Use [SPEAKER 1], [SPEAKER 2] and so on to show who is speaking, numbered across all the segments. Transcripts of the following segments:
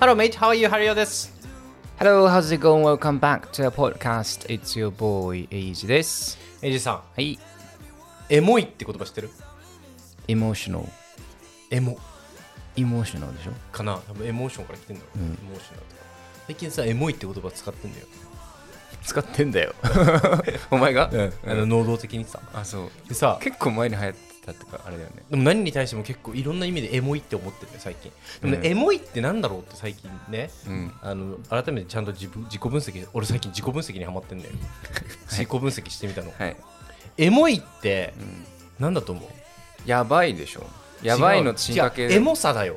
[SPEAKER 1] Hello, mate. How are you? ハリオです。
[SPEAKER 2] Hello, how's it going? Welcome back to our podcast. It's your boy, e i j i です。
[SPEAKER 1] エイジさん、
[SPEAKER 2] はい。
[SPEAKER 1] エモいって言葉知ってる
[SPEAKER 2] emotional。
[SPEAKER 1] エモ
[SPEAKER 2] emotional でしょ
[SPEAKER 1] かな多分エモーションから来てんだろう、エモーションだとか。最近さ、エモいって言葉使ってんだよ。
[SPEAKER 2] 使ってん だよ。 お前が、
[SPEAKER 1] あの能動的にさ。
[SPEAKER 2] あ、そう。
[SPEAKER 1] でさ、
[SPEAKER 2] 結構前に流行ってたとか、あれだよね。
[SPEAKER 1] でも何に対しても結構いろんな意味でエモいって思ってるね、最近。でもね、
[SPEAKER 2] うん
[SPEAKER 1] エモいってなんだろうって最近ね、
[SPEAKER 2] うん
[SPEAKER 1] あの改めてちゃんと自分自己分析、俺最近自己分析にハマってん だよ。自己分析してみたの。
[SPEAKER 2] はい。
[SPEAKER 1] エモいって、なんだと思う
[SPEAKER 2] やばいでしょやばいの進化
[SPEAKER 1] 違
[SPEAKER 2] 系
[SPEAKER 1] うエモさだよ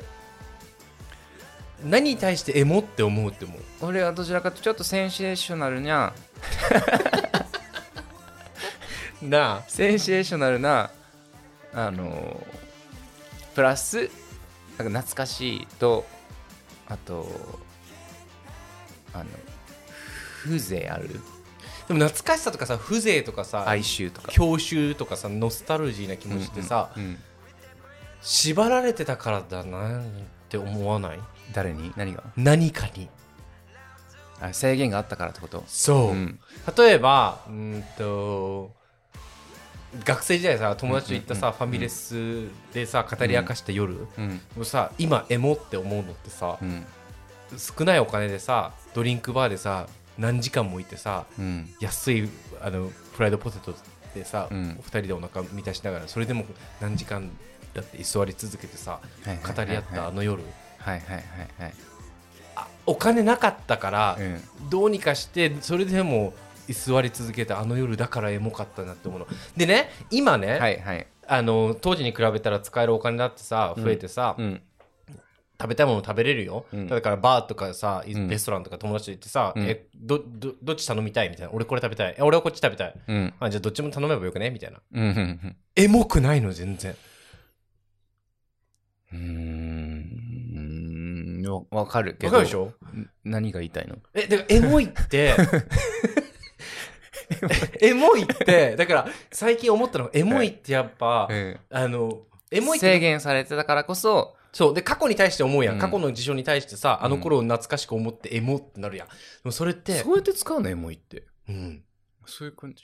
[SPEAKER 1] 何に対してエモって思うって思う
[SPEAKER 2] 俺はどちらかというとちょっとセンセーショナルな、
[SPEAKER 1] なあ
[SPEAKER 2] センセーショナルな、あのー、プラス、なんか懐かしいと、あと、あの、風情ある
[SPEAKER 1] でも懐かしさとかさ風情とかさ
[SPEAKER 2] 哀愁とか。
[SPEAKER 1] 郷愁とかさノスタルジーな気持ちってさ、
[SPEAKER 2] うん
[SPEAKER 1] 縛られてたからだなって思わない
[SPEAKER 2] 誰に何が
[SPEAKER 1] 何かに
[SPEAKER 2] あ制限があったからってこと
[SPEAKER 1] そう、
[SPEAKER 2] うん
[SPEAKER 1] 例えばうーんと学生時代さ友達と行ったさ、
[SPEAKER 2] うんうん
[SPEAKER 1] ファミレスでさ語り明かした夜、も
[SPEAKER 2] うん
[SPEAKER 1] うさ今エモって思うのってさ、
[SPEAKER 2] うん
[SPEAKER 1] 少ないお金でさドリンクバーでさ何時間もいてさ
[SPEAKER 2] うん
[SPEAKER 1] 安いあのフライドポテトでさ、
[SPEAKER 2] うん
[SPEAKER 1] お二人でお腹満たしながらそれでも何時間だって居座り続けてさ
[SPEAKER 2] はいはいはい
[SPEAKER 1] 語り合ったあの夜
[SPEAKER 2] はいはいはいはい
[SPEAKER 1] あお金なかったから、
[SPEAKER 2] うん
[SPEAKER 1] どうにかしてそれでも居座り続けたあの夜だからエモかったなって思うのでね今ね、
[SPEAKER 2] はいはい
[SPEAKER 1] あの当時に比べたら使えるお金だってさ増えてさ、
[SPEAKER 2] うん
[SPEAKER 1] 食べたいもの食べれるよ、
[SPEAKER 2] うん
[SPEAKER 1] だからバーとかさ、
[SPEAKER 2] ん
[SPEAKER 1] レストランとか友達と行ってさ、
[SPEAKER 2] うん
[SPEAKER 1] えどどどっち頼みたいみたいな俺これ食べたいえ俺はこっち食べたい
[SPEAKER 2] うん
[SPEAKER 1] あじゃあどっちも頼めばよくねみたいな
[SPEAKER 2] うんうん
[SPEAKER 1] エモくないの全然
[SPEAKER 2] うんうんわかるけど
[SPEAKER 1] わかるでしょ
[SPEAKER 2] ん何が言いたいの
[SPEAKER 1] えだからエモいって エモいってだから最近思ったのがエモいってやっぱ、あのエモいって
[SPEAKER 2] 制限されてたからこそ
[SPEAKER 1] そう。で、過去に対して思うやん。
[SPEAKER 2] うん
[SPEAKER 1] 過去の事象に対してさ、あの頃を懐かしく思ってエモってなるやん。でもそれって、
[SPEAKER 2] うやって使うのエモいって
[SPEAKER 1] うん。
[SPEAKER 2] そういう感じ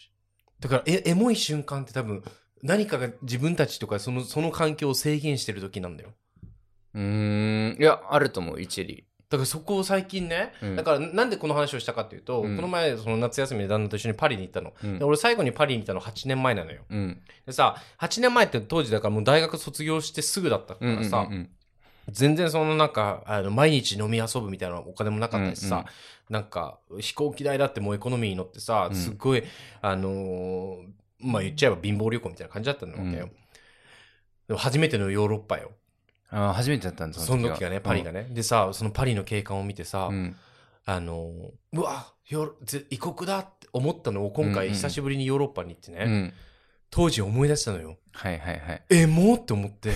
[SPEAKER 1] だからえエモい瞬間って多分何かが自分たちとかそのその環境を制限してる時なんだよ
[SPEAKER 2] うーんいやあると思う一理
[SPEAKER 1] だからそこを最近ね、
[SPEAKER 2] うん
[SPEAKER 1] だからなんでこの話をしたかっていうと、
[SPEAKER 2] うん
[SPEAKER 1] この前その夏休みで旦那と一緒にパリに行ったの、
[SPEAKER 2] うん
[SPEAKER 1] で俺最後にパリに行ったの8年前なのよ
[SPEAKER 2] うん
[SPEAKER 1] でさ8年前って当時だからもう大学卒業してすぐだったからさ、
[SPEAKER 2] うんうん
[SPEAKER 1] 全然そのなんかあの毎日飲み遊ぶみたいなお金もなかったしさ、
[SPEAKER 2] うんうん
[SPEAKER 1] なんか飛行機代だってもうエコノミーに乗ってさ、
[SPEAKER 2] うん
[SPEAKER 1] すっごいあのーまあ言っちゃえば貧乏旅行みたいな感じだったわけよ、
[SPEAKER 2] うん
[SPEAKER 1] でも初めてのヨーロッパよ
[SPEAKER 2] あー初めてだったんです
[SPEAKER 1] その時がねパリがね、でさそのパリの景観を見てさ、
[SPEAKER 2] うん
[SPEAKER 1] あのーうわヨーロぜ異国だって思ったのを今
[SPEAKER 2] うん
[SPEAKER 1] 回
[SPEAKER 2] うん
[SPEAKER 1] 久しぶりにヨーロッパに行ってね、
[SPEAKER 2] うん
[SPEAKER 1] 当時思い出したのよ
[SPEAKER 2] はいはいはい
[SPEAKER 1] エモって思 って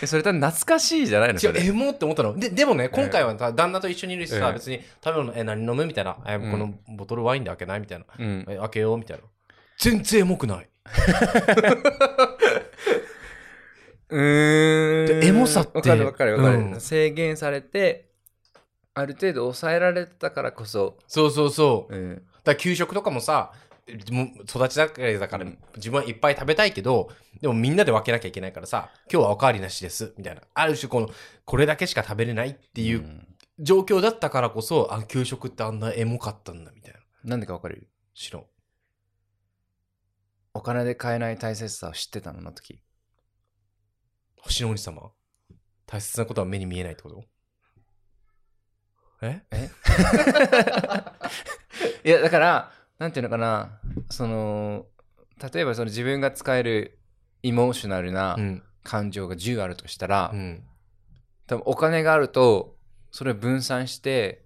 [SPEAKER 2] えそれ多分懐かしいじゃないの
[SPEAKER 1] 違
[SPEAKER 2] そうれ
[SPEAKER 1] エモって思ったのででもね今回はさ旦那と一緒にいるしさ、
[SPEAKER 2] うん
[SPEAKER 1] 別に食べ物え何飲むみたいな、え
[SPEAKER 2] うん
[SPEAKER 1] このボトルワインで開けないみたいな、
[SPEAKER 2] うん
[SPEAKER 1] え開けようみたいな全然エモくない、
[SPEAKER 2] うーん
[SPEAKER 1] でエモさって
[SPEAKER 2] わかるわかるわかる、
[SPEAKER 1] うん
[SPEAKER 2] 制限されてある程度抑えられてたからこそ、
[SPEAKER 1] そうそうそう
[SPEAKER 2] うん
[SPEAKER 1] だから給食とかもさもう育ちだけだから
[SPEAKER 2] うん
[SPEAKER 1] 自分はいっぱい食べたいけどでもみんなで分けなきゃいけないからさ今日はおかわりなしですみたいなある種このこれだけしか食べれないっていううん状況だったからこそ、あ給食ってあんなエモかったんだみたいな
[SPEAKER 2] なんでかわかる
[SPEAKER 1] 知らん
[SPEAKER 2] お金で買えない大切さを知ってたのあの 時
[SPEAKER 1] 星の王子様大切なことは目に見えないってことえ
[SPEAKER 2] いやだからなんていうのかなその例えばその自分が使えるエモーショナルな
[SPEAKER 1] うん
[SPEAKER 2] 感情が10あるとしたら、
[SPEAKER 1] うん
[SPEAKER 2] 多分お金があるとそれを分散して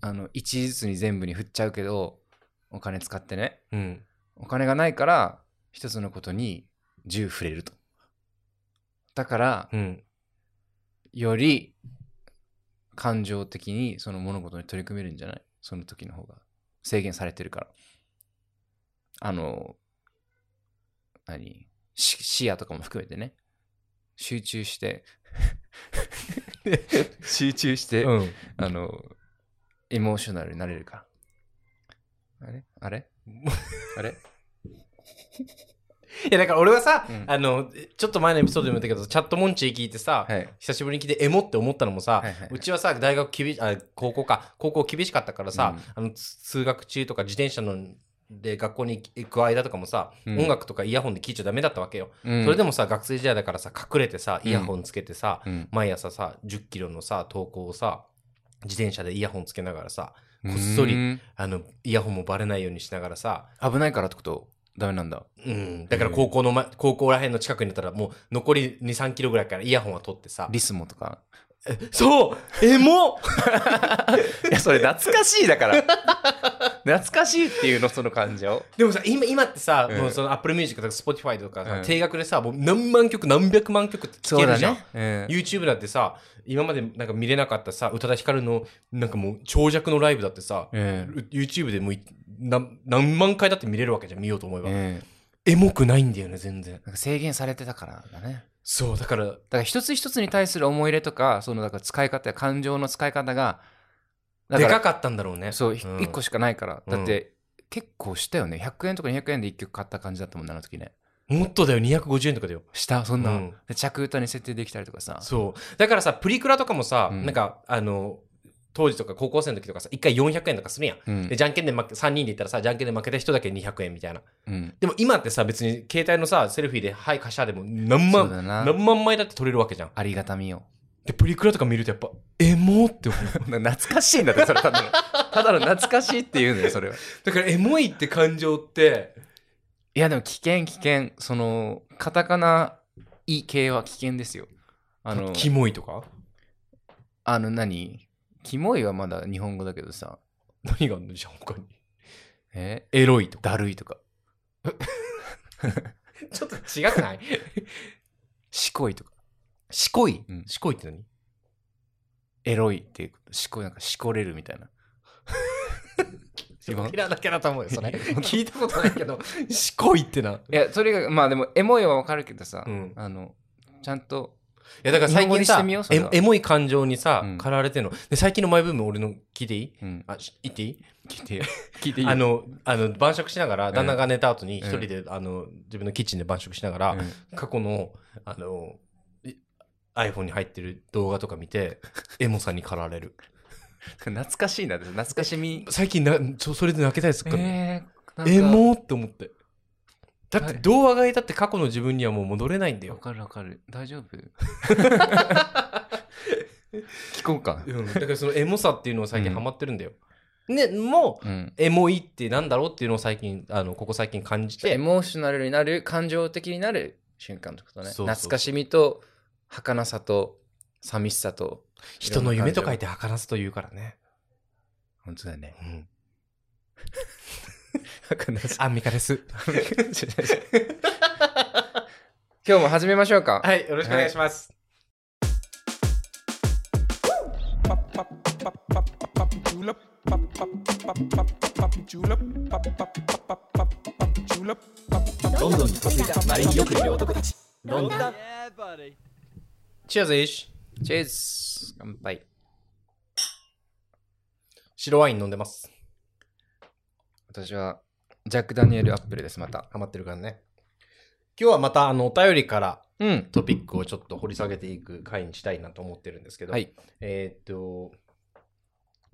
[SPEAKER 2] あの1ずつに全部に振っちゃうけどお金使ってね
[SPEAKER 1] うん
[SPEAKER 2] お金がないから一つのことに10触れるとだから
[SPEAKER 1] うん
[SPEAKER 2] より感情的にその物事に取り組めるんじゃないその時の方が制限されてるからあの 何し視野とかも含めてね集中して集中して、
[SPEAKER 1] うん。
[SPEAKER 2] あの、エモーショナルになれるから。あれあれあれ
[SPEAKER 1] いや、だから俺はさ、
[SPEAKER 2] うん
[SPEAKER 1] あの、ちょっと前のエピソードでも言ったけど、チャットモンチー聞いてさ、
[SPEAKER 2] はい。
[SPEAKER 1] 久しぶりに聞いてエモって思ったのもさ、
[SPEAKER 2] はいはいはいう
[SPEAKER 1] ちはさ大学厳しあ高校か高校厳しかったからさ、あのつ通学中とか自転車ので学校に行く間とかもさ、
[SPEAKER 2] うん
[SPEAKER 1] 音楽とかイヤホンで聴いちゃダメだったわけよ、
[SPEAKER 2] うん
[SPEAKER 1] それでもさ学生時代だからさ隠れてさイヤホンつけてさ、
[SPEAKER 2] うん
[SPEAKER 1] 毎朝さ1 0キロのさ投稿をさ自転車でイヤホンつけながらさこっそり
[SPEAKER 2] うん
[SPEAKER 1] あのイヤホンもバレないようにしながらさ
[SPEAKER 2] 危ないからってことダメなんだ。
[SPEAKER 1] うん、だから高校の、ま、高校らへんの近くにいたらもう残り2、3キロぐらいからイヤホンは取ってさ。
[SPEAKER 2] リスモとか。
[SPEAKER 1] そうエモ
[SPEAKER 2] いや、それ懐かしいだから。懐かしいっていうの、その感情。
[SPEAKER 1] でもさ、今、今ってさ、
[SPEAKER 2] うん
[SPEAKER 1] もうその Apple Music とか Spotify とかさ、
[SPEAKER 2] うん
[SPEAKER 1] 定額でさ、もう何万曲、何百万曲って聴けるじゃん。
[SPEAKER 2] うん。
[SPEAKER 1] YouTube だってさ、今までなんか見れなかったさ、宇多田ヒカルのなんかもう長尺のライブだってさ、
[SPEAKER 2] うん。
[SPEAKER 1] YouTube でもうい何何万回だって見れるわけじゃん、見ようと思えば。
[SPEAKER 2] うん
[SPEAKER 1] エモくないんだよね、全然。
[SPEAKER 2] なんか制限されてたからだね。
[SPEAKER 1] そう、だから、
[SPEAKER 2] だから一つ一つに対する思い入れとか、そのだから使い方や感情の使い方が、だ
[SPEAKER 1] で
[SPEAKER 2] ら
[SPEAKER 1] かかったんだろうね。
[SPEAKER 2] そう、ひ
[SPEAKER 1] うん
[SPEAKER 2] 一個しかないから。だって、結構したよね。100円とか200円で一曲買った感じだったもんね、あの時ね。
[SPEAKER 1] もっとだよ、250円とかだよ。
[SPEAKER 2] した、そんな。
[SPEAKER 1] うん
[SPEAKER 2] で着歌に設定できたりとかさ。
[SPEAKER 1] そう。だからさ、プリクラとかもさ、
[SPEAKER 2] うん
[SPEAKER 1] なんか、あの、当時とか高校生の時とかさ、1回400円とかするやん。
[SPEAKER 2] うん
[SPEAKER 1] で、じゃんけんで負け、3人で行ったらさ、じゃんけんで負けた人だけ200円みたいな。
[SPEAKER 2] うん。
[SPEAKER 1] でも今ってさ、別に携帯のさ、セルフィーで、はい、貸したでも何
[SPEAKER 2] そう
[SPEAKER 1] 万、
[SPEAKER 2] だな。
[SPEAKER 1] 何万枚だって取れるわけじゃん。
[SPEAKER 2] ありがたみを。
[SPEAKER 1] で、プリクラとか見るとやっぱ、エモって思う。
[SPEAKER 2] 懐かしいんだって、それただの。ただの懐かしいって言うんだよ、それは。
[SPEAKER 1] だから、エモいって感情って、
[SPEAKER 2] いや、でも危険、危険。その、カタカナ、い系は危険ですよ。あの、
[SPEAKER 1] キモいとか
[SPEAKER 2] あの何キモいはまだ日本語だけどさ。
[SPEAKER 1] 何があるのじゃん、他に。
[SPEAKER 2] え
[SPEAKER 1] エロいとか。
[SPEAKER 2] だるいとか、
[SPEAKER 1] ちょっと違くない
[SPEAKER 2] しこいとか、
[SPEAKER 1] しこい、
[SPEAKER 2] うん
[SPEAKER 1] しこいって何
[SPEAKER 2] エロいっていうこと、しこいなんかしこれるみたいな。今
[SPEAKER 1] キラーだけだと思うよ、それ。 聞いたことないけ ど、しこいってな。い
[SPEAKER 2] いや、それが、まあでも、エモいはわかるけどさ、
[SPEAKER 1] うん
[SPEAKER 2] あの、ちゃんと、
[SPEAKER 1] や、だから最近
[SPEAKER 2] 日本語にして
[SPEAKER 1] さ
[SPEAKER 2] みよう、それ
[SPEAKER 1] エ
[SPEAKER 2] は
[SPEAKER 1] エモい感情にさ
[SPEAKER 2] うん、
[SPEAKER 1] 駆られてんの。で、最近のマイブーム俺の聞いていい
[SPEAKER 2] うん、
[SPEAKER 1] あ、し言っていい
[SPEAKER 2] 聞い てよ。聞いていいよ
[SPEAKER 1] あ、の、あの、晩酌しながら、
[SPEAKER 2] ん
[SPEAKER 1] 旦那が寝た後に一人
[SPEAKER 2] うん
[SPEAKER 1] で、あの、自分のキッチンで晩酌しなが
[SPEAKER 2] う
[SPEAKER 1] ら、
[SPEAKER 2] ん
[SPEAKER 1] 過去の、あの、い iPhone に入ってる動画とか見 て、エモさに駆られる。
[SPEAKER 2] 懐かしいな、懐かしみ。
[SPEAKER 1] 最近な、ちょそれで泣けたりするからね。
[SPEAKER 2] えーなんか
[SPEAKER 1] エモって思って。だっ
[SPEAKER 2] は
[SPEAKER 1] て、
[SPEAKER 2] い
[SPEAKER 1] 童話がいたって過去の自分にはもう戻れないんだ
[SPEAKER 2] わ
[SPEAKER 1] よ。
[SPEAKER 2] かるわかる。大丈 夫聞こうか。
[SPEAKER 1] うん。だからそのエモさっていうのを最近ハマってるんだよ。ね、もう、
[SPEAKER 2] うん。
[SPEAKER 1] エモいってなんだろうっていうのを最近あのここ最近感じて
[SPEAKER 2] エモーショナルになる、感情的になる瞬間ってことね。
[SPEAKER 1] そうそうそう
[SPEAKER 2] 懐かしみと、儚さと、寂しさと。
[SPEAKER 1] 人の夢と書いて儚すと言うからね、
[SPEAKER 2] 本当だね。
[SPEAKER 1] うん、
[SPEAKER 2] 儚さ
[SPEAKER 1] アンミカです
[SPEAKER 2] 今日も始めましょうか。
[SPEAKER 1] はいよろしくお願いします、
[SPEAKER 3] ロンドンに嫁いだマリンよくいる男たちロンドン
[SPEAKER 1] チアーズイシ
[SPEAKER 2] チェーズ乾杯。
[SPEAKER 1] 白ワイン飲んでます
[SPEAKER 2] 私は、ジャック・ダニエル・アップルです、また。
[SPEAKER 1] ハマってるからね今日はまたあのお便りから
[SPEAKER 2] うん。
[SPEAKER 1] トピックをちょっと掘り下げていく回にしたいなと思ってるんですけど、
[SPEAKER 2] はい。
[SPEAKER 1] えーっと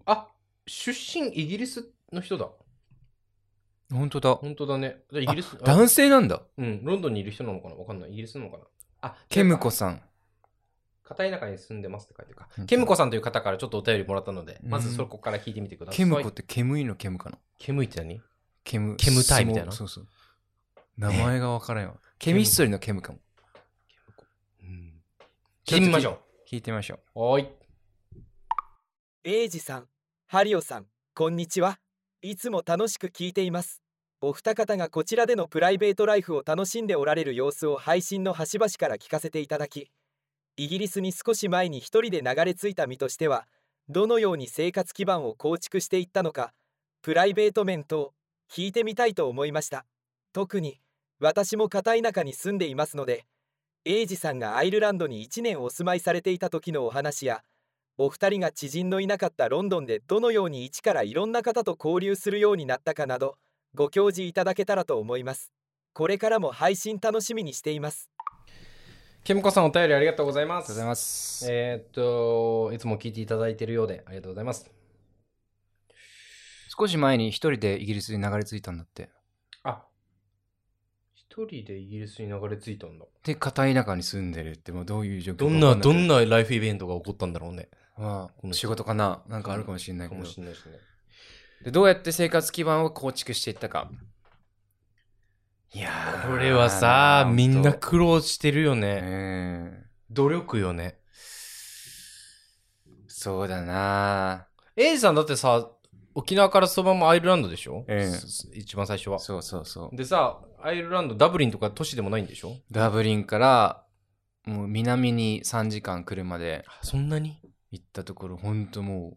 [SPEAKER 1] あ出身イギリスの人だ
[SPEAKER 2] 本当だ。
[SPEAKER 1] 本当だねじゃあイギリスあ
[SPEAKER 2] 男性なんだ。
[SPEAKER 1] うんロンドンにいる人なのかなわかんないイギリスなのかなあ
[SPEAKER 2] ケムコさん。
[SPEAKER 1] 片田舎に住んでますって書いてるか
[SPEAKER 2] うん。
[SPEAKER 1] ケムコさんという方からちょっとお便りもらったので、
[SPEAKER 2] うん
[SPEAKER 1] まずそこから聞いてみてください。
[SPEAKER 2] ケムコって煙いの煙かな。
[SPEAKER 1] 煙って何
[SPEAKER 2] 煙。
[SPEAKER 1] 煙たいみたいな
[SPEAKER 2] そうそう。名前がわからんわ。ケミストリの煙かも。
[SPEAKER 1] 聞いてみましょ
[SPEAKER 2] 聞いてみましょう。
[SPEAKER 1] う。はーい。
[SPEAKER 4] エイジさん、ハリオさん、こんにちは。いつも楽しく聞いています。お二方がこちらでのプライベートライフを楽しんでおられる様子を配信の端々から聞かせていただき、イギリスに少し前に一人で流れ着いた身としては、どのように生活基盤を構築していったのか、プライベート面等、聞いてみたいと思いました。特に、私も片田舎に住んでいますので、エイジさんがアイルランドに1年お住まいされていた時のお話や、お二人が知人のいなかったロンドンでどのように一からいろんな方と交流するようになったかなどご教示いただけたらと思いますこれからも配信楽しみにしています
[SPEAKER 1] ケムコさんお便りありがとうございま
[SPEAKER 2] とうご
[SPEAKER 1] す
[SPEAKER 2] ざい。ます。
[SPEAKER 1] えーっと、いつも聞いていただいているようでありがとうございます。
[SPEAKER 2] 少し前に一人でイギリスに流れ着いたんだって。
[SPEAKER 1] あ、一人でイギリスに流れ着いたんだ。
[SPEAKER 2] で、片田舎に住んでるって、もうどういう状況か
[SPEAKER 1] どんな、
[SPEAKER 2] わか
[SPEAKER 1] ど
[SPEAKER 2] く
[SPEAKER 1] んなライフイベントが起こったんだろうね。
[SPEAKER 2] てま
[SPEAKER 1] こ
[SPEAKER 2] あ、
[SPEAKER 1] の人
[SPEAKER 2] 仕事かななんかあるかもしれない
[SPEAKER 1] か
[SPEAKER 2] けど
[SPEAKER 1] も。しれないですね。
[SPEAKER 2] でどうやって生活基盤を構築していったか。いやー
[SPEAKER 1] これはさ、みんな
[SPEAKER 2] 本
[SPEAKER 1] 苦労してるよ
[SPEAKER 2] 当
[SPEAKER 1] ね。
[SPEAKER 2] うん
[SPEAKER 1] 努力よね。
[SPEAKER 2] そうだな
[SPEAKER 1] エイジさんだってさ、沖縄からそのままアイルランドでしょ、
[SPEAKER 2] ええ
[SPEAKER 1] す一番最初は。
[SPEAKER 2] そうそうそう。
[SPEAKER 1] でさ、アイルランド、ダブリンとか都市でもないんでしょ
[SPEAKER 2] ダブリンから、もう南に3時間車で
[SPEAKER 1] そんなに
[SPEAKER 2] 行ったところ、ほんともう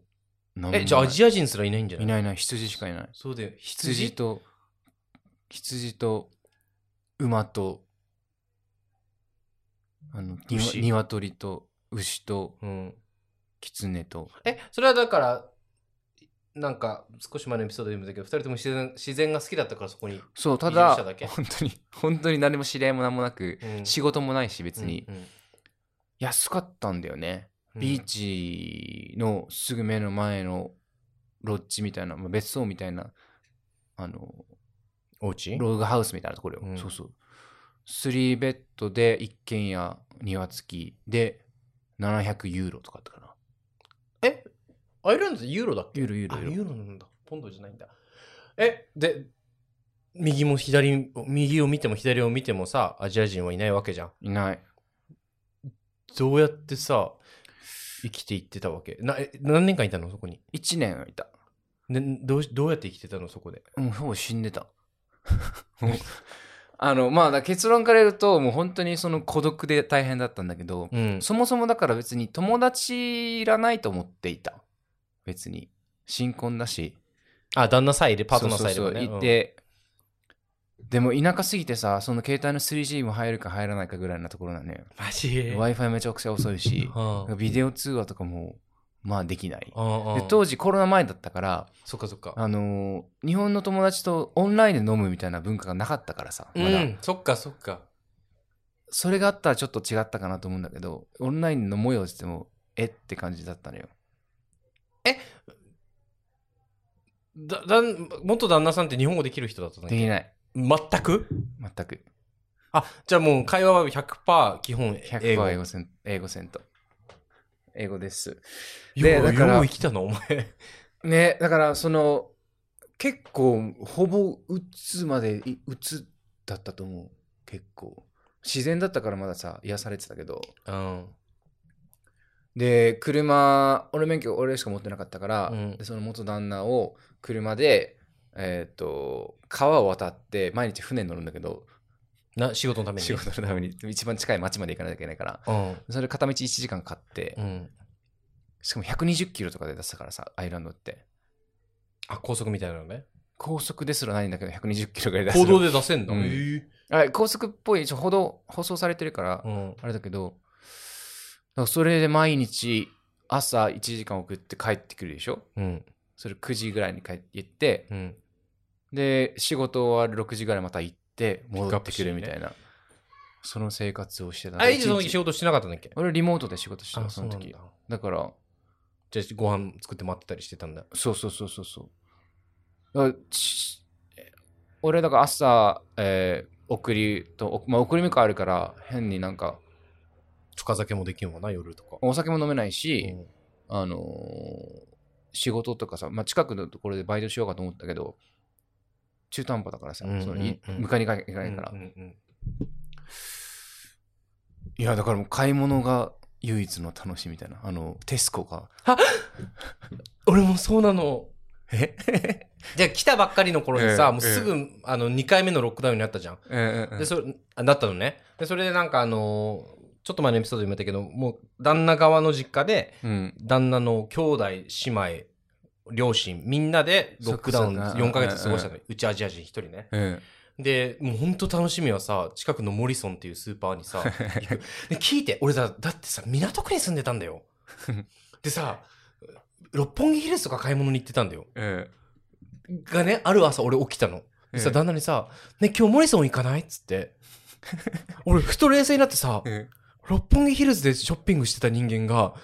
[SPEAKER 2] 何もない、
[SPEAKER 1] え、じゃあアジア人すらいないんじゃない
[SPEAKER 2] いないいない、羊しかいない。
[SPEAKER 1] そうだよ。
[SPEAKER 2] 羊と、羊と、馬と、あの、にわ
[SPEAKER 1] 牛
[SPEAKER 2] 鶏と、牛と、
[SPEAKER 1] うん。
[SPEAKER 2] 狐と、
[SPEAKER 1] え、それはだから、なんか、少し前のエピソードでも言ったけど、二人とも自然自然が好きだったからそこに。
[SPEAKER 2] そう、た
[SPEAKER 1] 移住
[SPEAKER 2] だ、
[SPEAKER 1] 者だけ
[SPEAKER 2] 本当に、本当に何も知り合いも何もなく、
[SPEAKER 1] うん
[SPEAKER 2] 仕事もないし、別に、
[SPEAKER 1] うんうん
[SPEAKER 2] 安かったんだよね。ビーチのすぐ目の前のロッジみたいな、まあ、別荘みたいな、あの、
[SPEAKER 1] お家
[SPEAKER 2] ログハウスみたいなところよ。
[SPEAKER 1] うん
[SPEAKER 2] そうそう。3ベッドで一軒家庭付きで700ユーロとかあったかな。
[SPEAKER 1] アイルランドってユーロだっけ
[SPEAKER 2] ユーロユーロ
[SPEAKER 1] あ
[SPEAKER 2] ユーロ。
[SPEAKER 1] ユーロなんだ。ポンドじゃないんだ。え、で、右も左、右を見ても左を見てもさ、アジア人はいないわけじゃん。
[SPEAKER 2] いない。
[SPEAKER 1] どうやってさ、生きていってたわけなえ何年間いたのそこに。
[SPEAKER 2] 1年はいた。
[SPEAKER 1] ね、どうしどうやって生きてたのそこで。
[SPEAKER 2] もうほぼ死んで た。もうあの、まあ、だから結論から言うと、もう本当にその孤独で大変だったんだけど、
[SPEAKER 1] うん。
[SPEAKER 2] そもそもだから別に友達いらないと思っていた。別に。新婚だし。
[SPEAKER 1] あ、旦那さえいれ、パートナーさえいれば
[SPEAKER 2] そう
[SPEAKER 1] ね。
[SPEAKER 2] そうそういて、でも田舎すぎてさその携帯の 3G も入るか入らないかぐらいなところなのよ
[SPEAKER 1] うんマジ
[SPEAKER 2] w i f i めちゃくちゃ遅いし
[SPEAKER 1] はあ
[SPEAKER 2] ビデオ通話とかもまあできない
[SPEAKER 1] ああ
[SPEAKER 2] で当時コロナ前だったから、
[SPEAKER 1] そっかそっか。
[SPEAKER 2] あのー日本の友達とオンラインで飲むみたいな文化がなかったからさ、まだ
[SPEAKER 1] うん、そっかそっか。
[SPEAKER 2] それがあったらちょっと違ったかなと思うんだけどオンラインで飲もうよって言ってもえって感じだったのよ
[SPEAKER 1] だ、だん、元旦那さんって日本語できる人だったんだっ
[SPEAKER 2] で
[SPEAKER 1] け
[SPEAKER 2] きない
[SPEAKER 1] 全く
[SPEAKER 2] 全く
[SPEAKER 1] あ、じゃあもう会話は100%基本
[SPEAKER 2] 100%
[SPEAKER 1] 英
[SPEAKER 2] 英
[SPEAKER 1] 語。
[SPEAKER 2] 語
[SPEAKER 1] 英
[SPEAKER 2] 英
[SPEAKER 1] 語
[SPEAKER 2] 語せん英語せんと英語です
[SPEAKER 1] で、
[SPEAKER 2] で
[SPEAKER 1] よう
[SPEAKER 2] だから
[SPEAKER 1] よう生きたのお前。
[SPEAKER 2] ねだからその結構ほぼ打つまでい打つだったと思う結構自然だったからまださ癒されてたけど
[SPEAKER 1] うん。
[SPEAKER 2] で車俺免許俺しか持ってなかったから、
[SPEAKER 1] うん
[SPEAKER 2] でその元旦那を車でえっ、と川を渡って毎日船に乗るんだけど
[SPEAKER 1] な、仕事のために。
[SPEAKER 2] 仕事のために一番近い町まで行かなきゃいけないか
[SPEAKER 1] う
[SPEAKER 2] ら
[SPEAKER 1] ん。
[SPEAKER 2] それ片道1時間かかって、
[SPEAKER 1] うん。
[SPEAKER 2] しかも120キロとかで出したからさアイランドって
[SPEAKER 1] あ、高速みたいなのね。
[SPEAKER 2] 高速ですらないんだけど120キロぐらい出す
[SPEAKER 1] 行動で出せんだ。
[SPEAKER 2] うん
[SPEAKER 1] へえ
[SPEAKER 2] あ高速っぽいちょほど放送されてるから、
[SPEAKER 1] うん。
[SPEAKER 2] あれだけどだからそれで毎日朝1時間送って帰ってくるでしょ
[SPEAKER 1] うん。
[SPEAKER 2] それ9時ぐらいに帰って行って
[SPEAKER 1] うん。
[SPEAKER 2] で仕事終わる6時ぐらいまた行って戻ってくるみたいな、その生活をしてた
[SPEAKER 1] あ、エイジその
[SPEAKER 2] 一
[SPEAKER 1] 時
[SPEAKER 2] 日
[SPEAKER 1] 仕事してなかったんだっけ
[SPEAKER 2] 俺リモートで仕事してた
[SPEAKER 1] あ、
[SPEAKER 2] そ
[SPEAKER 1] そう
[SPEAKER 2] の
[SPEAKER 1] なんだ
[SPEAKER 2] 時だ。から
[SPEAKER 1] じゃあご飯作って待ってたりしてたんだ。
[SPEAKER 2] そうそうそうそうそうだからし俺だから朝、えー送りと、おまあ、送り迎えあるから変になんか
[SPEAKER 1] 近酒もできんわな、夜とか。
[SPEAKER 2] お酒も飲めないし、
[SPEAKER 1] うん
[SPEAKER 2] あのー仕事とかさ、まあ、近くのところでバイトしようかと思ったけど、中途半端だからさ、
[SPEAKER 1] うん
[SPEAKER 2] そのい
[SPEAKER 1] うんうん
[SPEAKER 2] 迎えに行かなきゃいけないから、
[SPEAKER 1] うんうん
[SPEAKER 2] いや、だからもう買い物が唯一の楽しみみたいな、あの、テスコが。
[SPEAKER 1] 俺もそうなの。
[SPEAKER 2] え
[SPEAKER 1] じゃあ来たばっかりの頃にさ、
[SPEAKER 2] ええ
[SPEAKER 1] もうすぐ、あの2回目のロックダウンになったじゃん。でそれあなったのね。でそれでなんかあのーちょっと前のエピソードでも言ったけどもう旦那側の実家で
[SPEAKER 2] うん、
[SPEAKER 1] 旦那の兄弟姉妹両親みんなでロックダウン
[SPEAKER 2] そっかそっか
[SPEAKER 1] 4ヶ月過ごしたの、うちアジア人1人ね。
[SPEAKER 2] うん、
[SPEAKER 1] でもうほんと楽しみはさ近くのモリソンっていうスーパーにさ行くで聞いて俺さだってさ港区に住んでたんだよ。でさ、六本木ヒルズとか買い物に行ってたんだよ。
[SPEAKER 2] うん。
[SPEAKER 1] がね、ある朝俺起きたの。でさ、
[SPEAKER 2] うん
[SPEAKER 1] 旦那にさ、ね、今日モリソン行かないっつ って。俺、ふと冷静になってさ、
[SPEAKER 2] うん。
[SPEAKER 1] 六本木ヒルズでショッピングしてた人間が、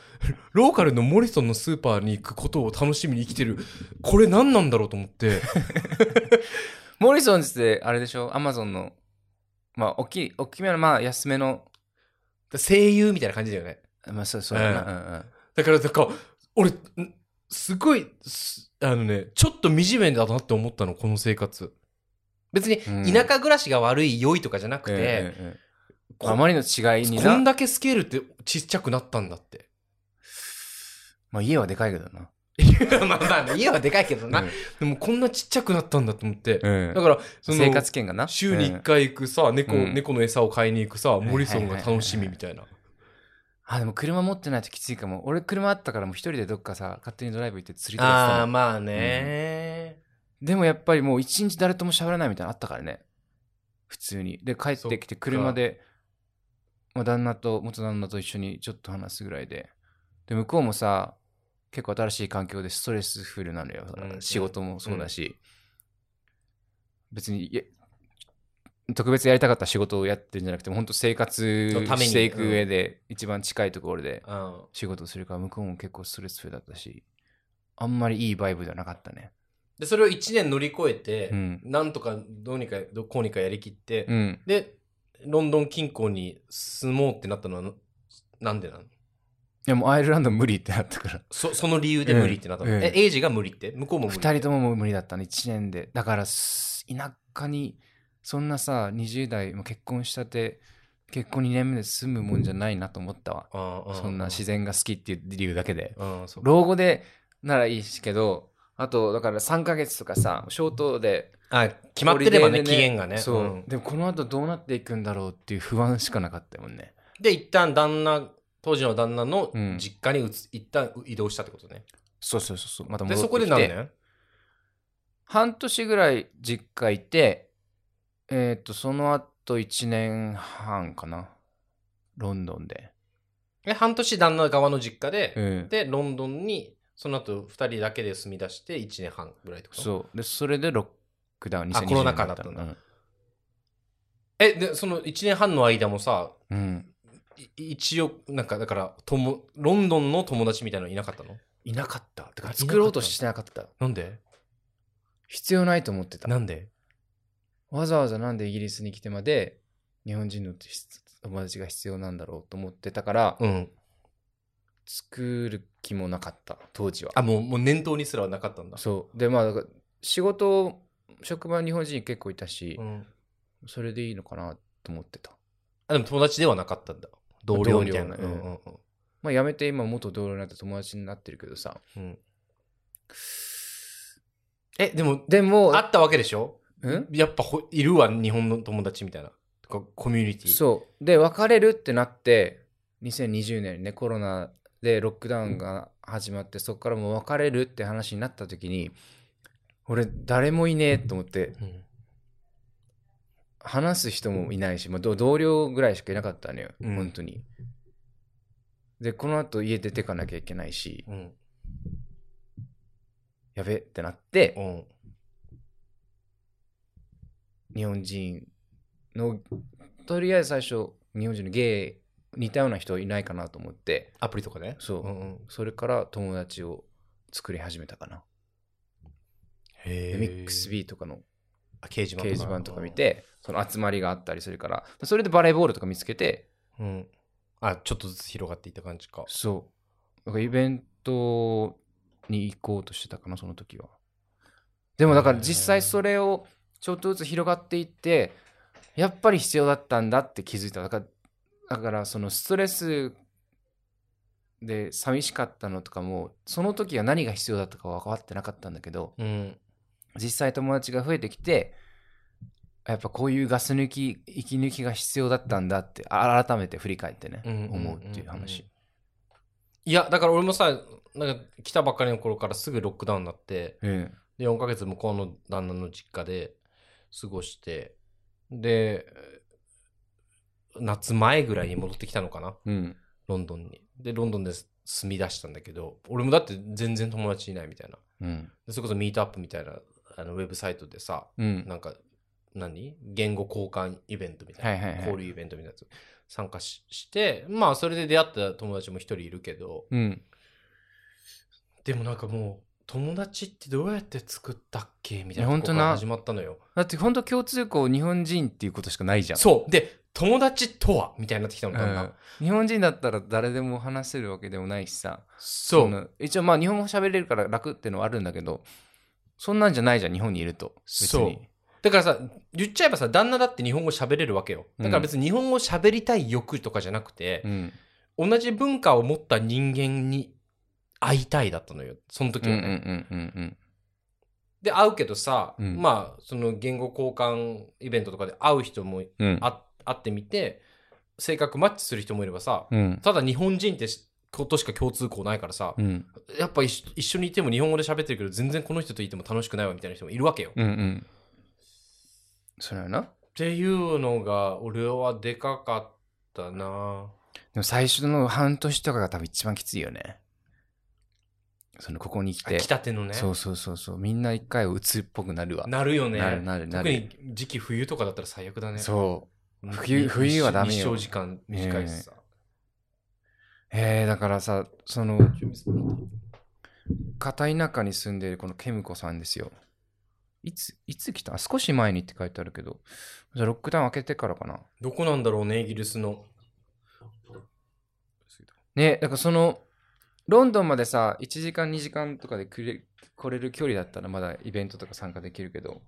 [SPEAKER 1] ローカルのモリソンのスーパーに行くことを楽しみに生きてる。これ何なんだろうと思って。
[SPEAKER 2] モリソンズって、あれでしょアマゾンの、まあ、大きい、大きめの、まあ、安めの、
[SPEAKER 1] 声優みたいな感じだよね。
[SPEAKER 2] まあ、そう、そうだな。
[SPEAKER 1] だから、なんか、俺、んすごい、すあのね、ちょっと惨めだなって思ったの、この生活。別に、
[SPEAKER 2] うん
[SPEAKER 1] 田舎暮らしが悪い、良いとかじゃなく
[SPEAKER 2] うんうん。
[SPEAKER 1] て、
[SPEAKER 2] うんうんうん
[SPEAKER 1] こ
[SPEAKER 2] あまりの違いに
[SPEAKER 1] こ
[SPEAKER 2] な。
[SPEAKER 1] んだけスケールってちっちゃくなったんだって。
[SPEAKER 2] まあ、家はでかいけどな。
[SPEAKER 1] まあまあね、家はでかいけどな。
[SPEAKER 2] うん
[SPEAKER 1] でもこんなちっちゃくなったんだと思って。
[SPEAKER 2] うん
[SPEAKER 1] だから、その
[SPEAKER 2] 生活圏がな。
[SPEAKER 1] 週に
[SPEAKER 2] う
[SPEAKER 1] 1
[SPEAKER 2] ん
[SPEAKER 1] 回行くさ、猫、
[SPEAKER 2] うん
[SPEAKER 1] 猫の餌を買いに行くさ、
[SPEAKER 2] いはい
[SPEAKER 1] モリソンが楽しみみたいな。
[SPEAKER 2] あ、でも車持ってないときついかも。俺車あったからもう一人でどっかさ、勝手にドライブ行って釣りとかして
[SPEAKER 1] あ
[SPEAKER 2] た
[SPEAKER 1] あ、
[SPEAKER 2] の
[SPEAKER 1] まあね、
[SPEAKER 2] でもやっぱりもう一日誰とも喋らないみたいなのあったからね。普通に。で、帰ってきて車で、まあ、旦那と、元旦那と一緒にちょっと話すぐらいで。で、向こうもさ、結構新しい環境でストレスフルなのよ。
[SPEAKER 1] うん
[SPEAKER 2] 仕事もそうだし。別に、いや特別やりたかった仕事をやってるんじゃなくて、もう本当生活
[SPEAKER 1] のために
[SPEAKER 2] していく上で、一番近いところで
[SPEAKER 1] うん。
[SPEAKER 2] 仕事をするから、向こうも結構ストレスフルだったし、あんまりいいバイブではなかったね。
[SPEAKER 1] で、それを1年乗り越えて、
[SPEAKER 2] うん
[SPEAKER 1] なんとかどうにか、どこうにかやりきって、
[SPEAKER 2] うん。
[SPEAKER 1] で、ロンドン近郊に住もうってなったのは、なんでなの
[SPEAKER 2] いやもうアイルランド無理ってなったから。
[SPEAKER 1] そその理由で無理ってなったの、
[SPEAKER 2] ええ
[SPEAKER 1] え、エイジが無理って向 こうも無理
[SPEAKER 2] 2人とももう無理だったね、1年で。だから、す田舎に、そんなさ、20代、もう結婚したて、結婚2年目で住むもんじゃないなと思ったわ。
[SPEAKER 1] あーあー
[SPEAKER 2] そんな自然が好きっていう理由だけで。
[SPEAKER 1] あーそう
[SPEAKER 2] 老後でならいいしけど、あと、だから3ヶ月とかさ、消灯で。
[SPEAKER 1] あ決まってればね
[SPEAKER 2] ホリデーで
[SPEAKER 1] 期限がね
[SPEAKER 2] そう。
[SPEAKER 1] うん
[SPEAKER 2] でもこの後どうなっていくんだろうっていう不安しかなかったもんね。
[SPEAKER 1] で一旦旦那当時の旦那の
[SPEAKER 2] うん
[SPEAKER 1] 実家に移一旦移動したってことね、
[SPEAKER 2] そうそうそうそう。また
[SPEAKER 1] で
[SPEAKER 2] 戻ってき
[SPEAKER 1] そ
[SPEAKER 2] て
[SPEAKER 1] こで何年
[SPEAKER 2] 半年ぐらい実家いて、えっ、と、その後1年半かな。ロンドンで。
[SPEAKER 1] で半年旦那側の実家で、
[SPEAKER 2] ん。
[SPEAKER 1] でロンドンにその後二人だけで住み出して1年半ぐらいってこと
[SPEAKER 2] そう。で、それでロックダウン
[SPEAKER 1] あ
[SPEAKER 2] 2020
[SPEAKER 1] コロナ禍だったんだえでその1年半の間もさ
[SPEAKER 2] うん。うん
[SPEAKER 1] い一応なんかだからともロンドンの友達みたいなのいなかったの
[SPEAKER 2] いなかった。てか
[SPEAKER 1] あ
[SPEAKER 2] 作ろうとしてなかった。
[SPEAKER 1] なんで
[SPEAKER 2] 必要ないと思ってた。
[SPEAKER 1] なんで
[SPEAKER 2] わざわざなんでイギリスに来てまで日本人の友達が必要なんだろうと思ってたから、
[SPEAKER 1] うん
[SPEAKER 2] 作る気もなかった、当時は。
[SPEAKER 1] あもうもう念頭にすらなかったんだ
[SPEAKER 2] そう。で、まあ、だから仕事、職場日本人結構いたし、
[SPEAKER 1] ん、
[SPEAKER 2] それでいいのかなと思ってた。
[SPEAKER 1] あでも友達ではなかったんだ同僚みたいな、
[SPEAKER 2] 同僚ね
[SPEAKER 1] うんうんうん
[SPEAKER 2] まあ辞めて今元同僚になって友達になってるけどさ。
[SPEAKER 1] うんえ、でも、
[SPEAKER 2] でも
[SPEAKER 1] あ、ったわけでしょ
[SPEAKER 2] うん
[SPEAKER 1] やっぱほいるわ、日本の友達みたいな。とか、コミュニティ。
[SPEAKER 2] そう。で、別れるってなって、2020年にね、コロナでロックダウンが始まって、そこからもう別れるって話になった時に、俺、誰もいねえと思って、
[SPEAKER 1] うん。
[SPEAKER 2] 話す人もいないし、まあ、同同僚ぐらいしかいなかったのよ、
[SPEAKER 1] うん
[SPEAKER 2] 本当に。で、この後家出てかなきゃいけないし、
[SPEAKER 1] うん。
[SPEAKER 2] やべってなって、
[SPEAKER 1] うん。
[SPEAKER 2] 日本人のとりあえず最初日本人のゲイ似たような人いないかなと思って
[SPEAKER 1] アプリとかね。
[SPEAKER 2] そう
[SPEAKER 1] うんうん、
[SPEAKER 2] それから友達を作り始めたかな、
[SPEAKER 1] へ
[SPEAKER 2] でミックス
[SPEAKER 1] ー
[SPEAKER 2] B とかの
[SPEAKER 1] あ掲示
[SPEAKER 2] 掲
[SPEAKER 1] 板
[SPEAKER 2] 示板とか見。てその集まりがあったりするからそれでバレーボールとか見つけて
[SPEAKER 1] うん。あ、ちょっとずつ広がっていった感じか。
[SPEAKER 2] そうだからイベントに行こうとしてたかなその時はでもだから実際それをちょっとずつ広がっていってやっぱり必要だったんだって気づいただからだからそのストレスで寂しかったのとかもその時は何が必要だったか分かってなかったんだけど
[SPEAKER 1] うん。
[SPEAKER 2] 実際友達が増えてきてやっぱこういうガス抜き息抜きが必要だったんだってあ改めて振り返ってね、
[SPEAKER 1] うんうんうんうん
[SPEAKER 2] 思うっていう話
[SPEAKER 1] いや、だから俺もさ、なんか来たばっかりの頃からすぐロックダウンになって、
[SPEAKER 2] うん
[SPEAKER 1] で、4ヶ月向こうの旦那の実家で過ごして、で、夏前ぐらいに戻ってきたのかな。
[SPEAKER 2] うん
[SPEAKER 1] ロンドンに。で、ロンドンです。住み出したんだけど、俺もだって全然友達いないみたいな。
[SPEAKER 2] うん。
[SPEAKER 1] でそれこそミートアップみたいなあのウェブサイトでさ、
[SPEAKER 2] うん。
[SPEAKER 1] なんか、何言語交換イベントみたいな、
[SPEAKER 2] はいはいはい
[SPEAKER 1] 交流イベントみたいなやつ参加しして、まあそれで出会った友達も一人いるけど、
[SPEAKER 2] うん。
[SPEAKER 1] でもなんかもう友達ってどうやって作ったっけみたい
[SPEAKER 2] いや
[SPEAKER 1] な
[SPEAKER 2] 本
[SPEAKER 1] とこ
[SPEAKER 2] 当
[SPEAKER 1] か
[SPEAKER 2] な
[SPEAKER 1] ら始まったのよ。
[SPEAKER 2] だって本当共通項日本人っていうことしかないじゃん。
[SPEAKER 1] そうで友達とはみたいになってきたの
[SPEAKER 2] う
[SPEAKER 1] だんだん、
[SPEAKER 2] ん。日本人だったら誰でも話せるわけでもないしさ。
[SPEAKER 1] そう
[SPEAKER 2] の一応まあ日本語喋れるから楽ってのはあるんだけど、そんなんじゃないじゃん、日本にいると。別
[SPEAKER 1] そう
[SPEAKER 2] に。
[SPEAKER 1] だからさ言っちゃえばさ旦那だって日本語喋れるわけよだから別に日本語喋りたい欲とかじゃなくて
[SPEAKER 2] う、ん。
[SPEAKER 1] 同じ文化を持った人間に会いたいだったのよその時
[SPEAKER 2] うんう
[SPEAKER 1] は
[SPEAKER 2] ん
[SPEAKER 1] ね、
[SPEAKER 2] うんうんうん。
[SPEAKER 1] で会うけどさ、
[SPEAKER 2] うん
[SPEAKER 1] まあその言語交換イベントとかで会う人も
[SPEAKER 2] うん。
[SPEAKER 1] あ会ってみて性格マッチする人もいればさ、
[SPEAKER 2] うん。
[SPEAKER 1] ただ日本人ってしことしか共通項ないからさ、
[SPEAKER 2] うん。
[SPEAKER 1] やっぱ一緒一緒にいても日本語で喋ってるけど全然この人といても楽しくないわみたいな人もいるわけよ。っ
[SPEAKER 2] うんうん。それはな。
[SPEAKER 1] ていうのが俺はでかかったな
[SPEAKER 2] でも最初の半年とかが多分一番きついよね。そのここに来
[SPEAKER 1] あ
[SPEAKER 2] て。
[SPEAKER 1] 来たてのね
[SPEAKER 2] そうそうそうそう。みんな一回鬱っぽくなるわ。
[SPEAKER 1] なるよね
[SPEAKER 2] なるなるなる
[SPEAKER 1] 特に時期冬とかだったら最悪だね
[SPEAKER 2] そう。
[SPEAKER 1] うん
[SPEAKER 2] 冬冬はダメよ
[SPEAKER 1] 日照時間短いしさ、
[SPEAKER 2] えー、だからさ、その、片田舎に住んでるこのケムコさんですよ。いつ、いつ来たあ少し前にって書いてあるけど。じゃあロックダウン明けてからかな。
[SPEAKER 1] どこなんだろうねイギリスの
[SPEAKER 2] ねだからそのロンドンまでさ1時間2時間とかでくれ来れる距離だったらまだイベントとか参加できるけど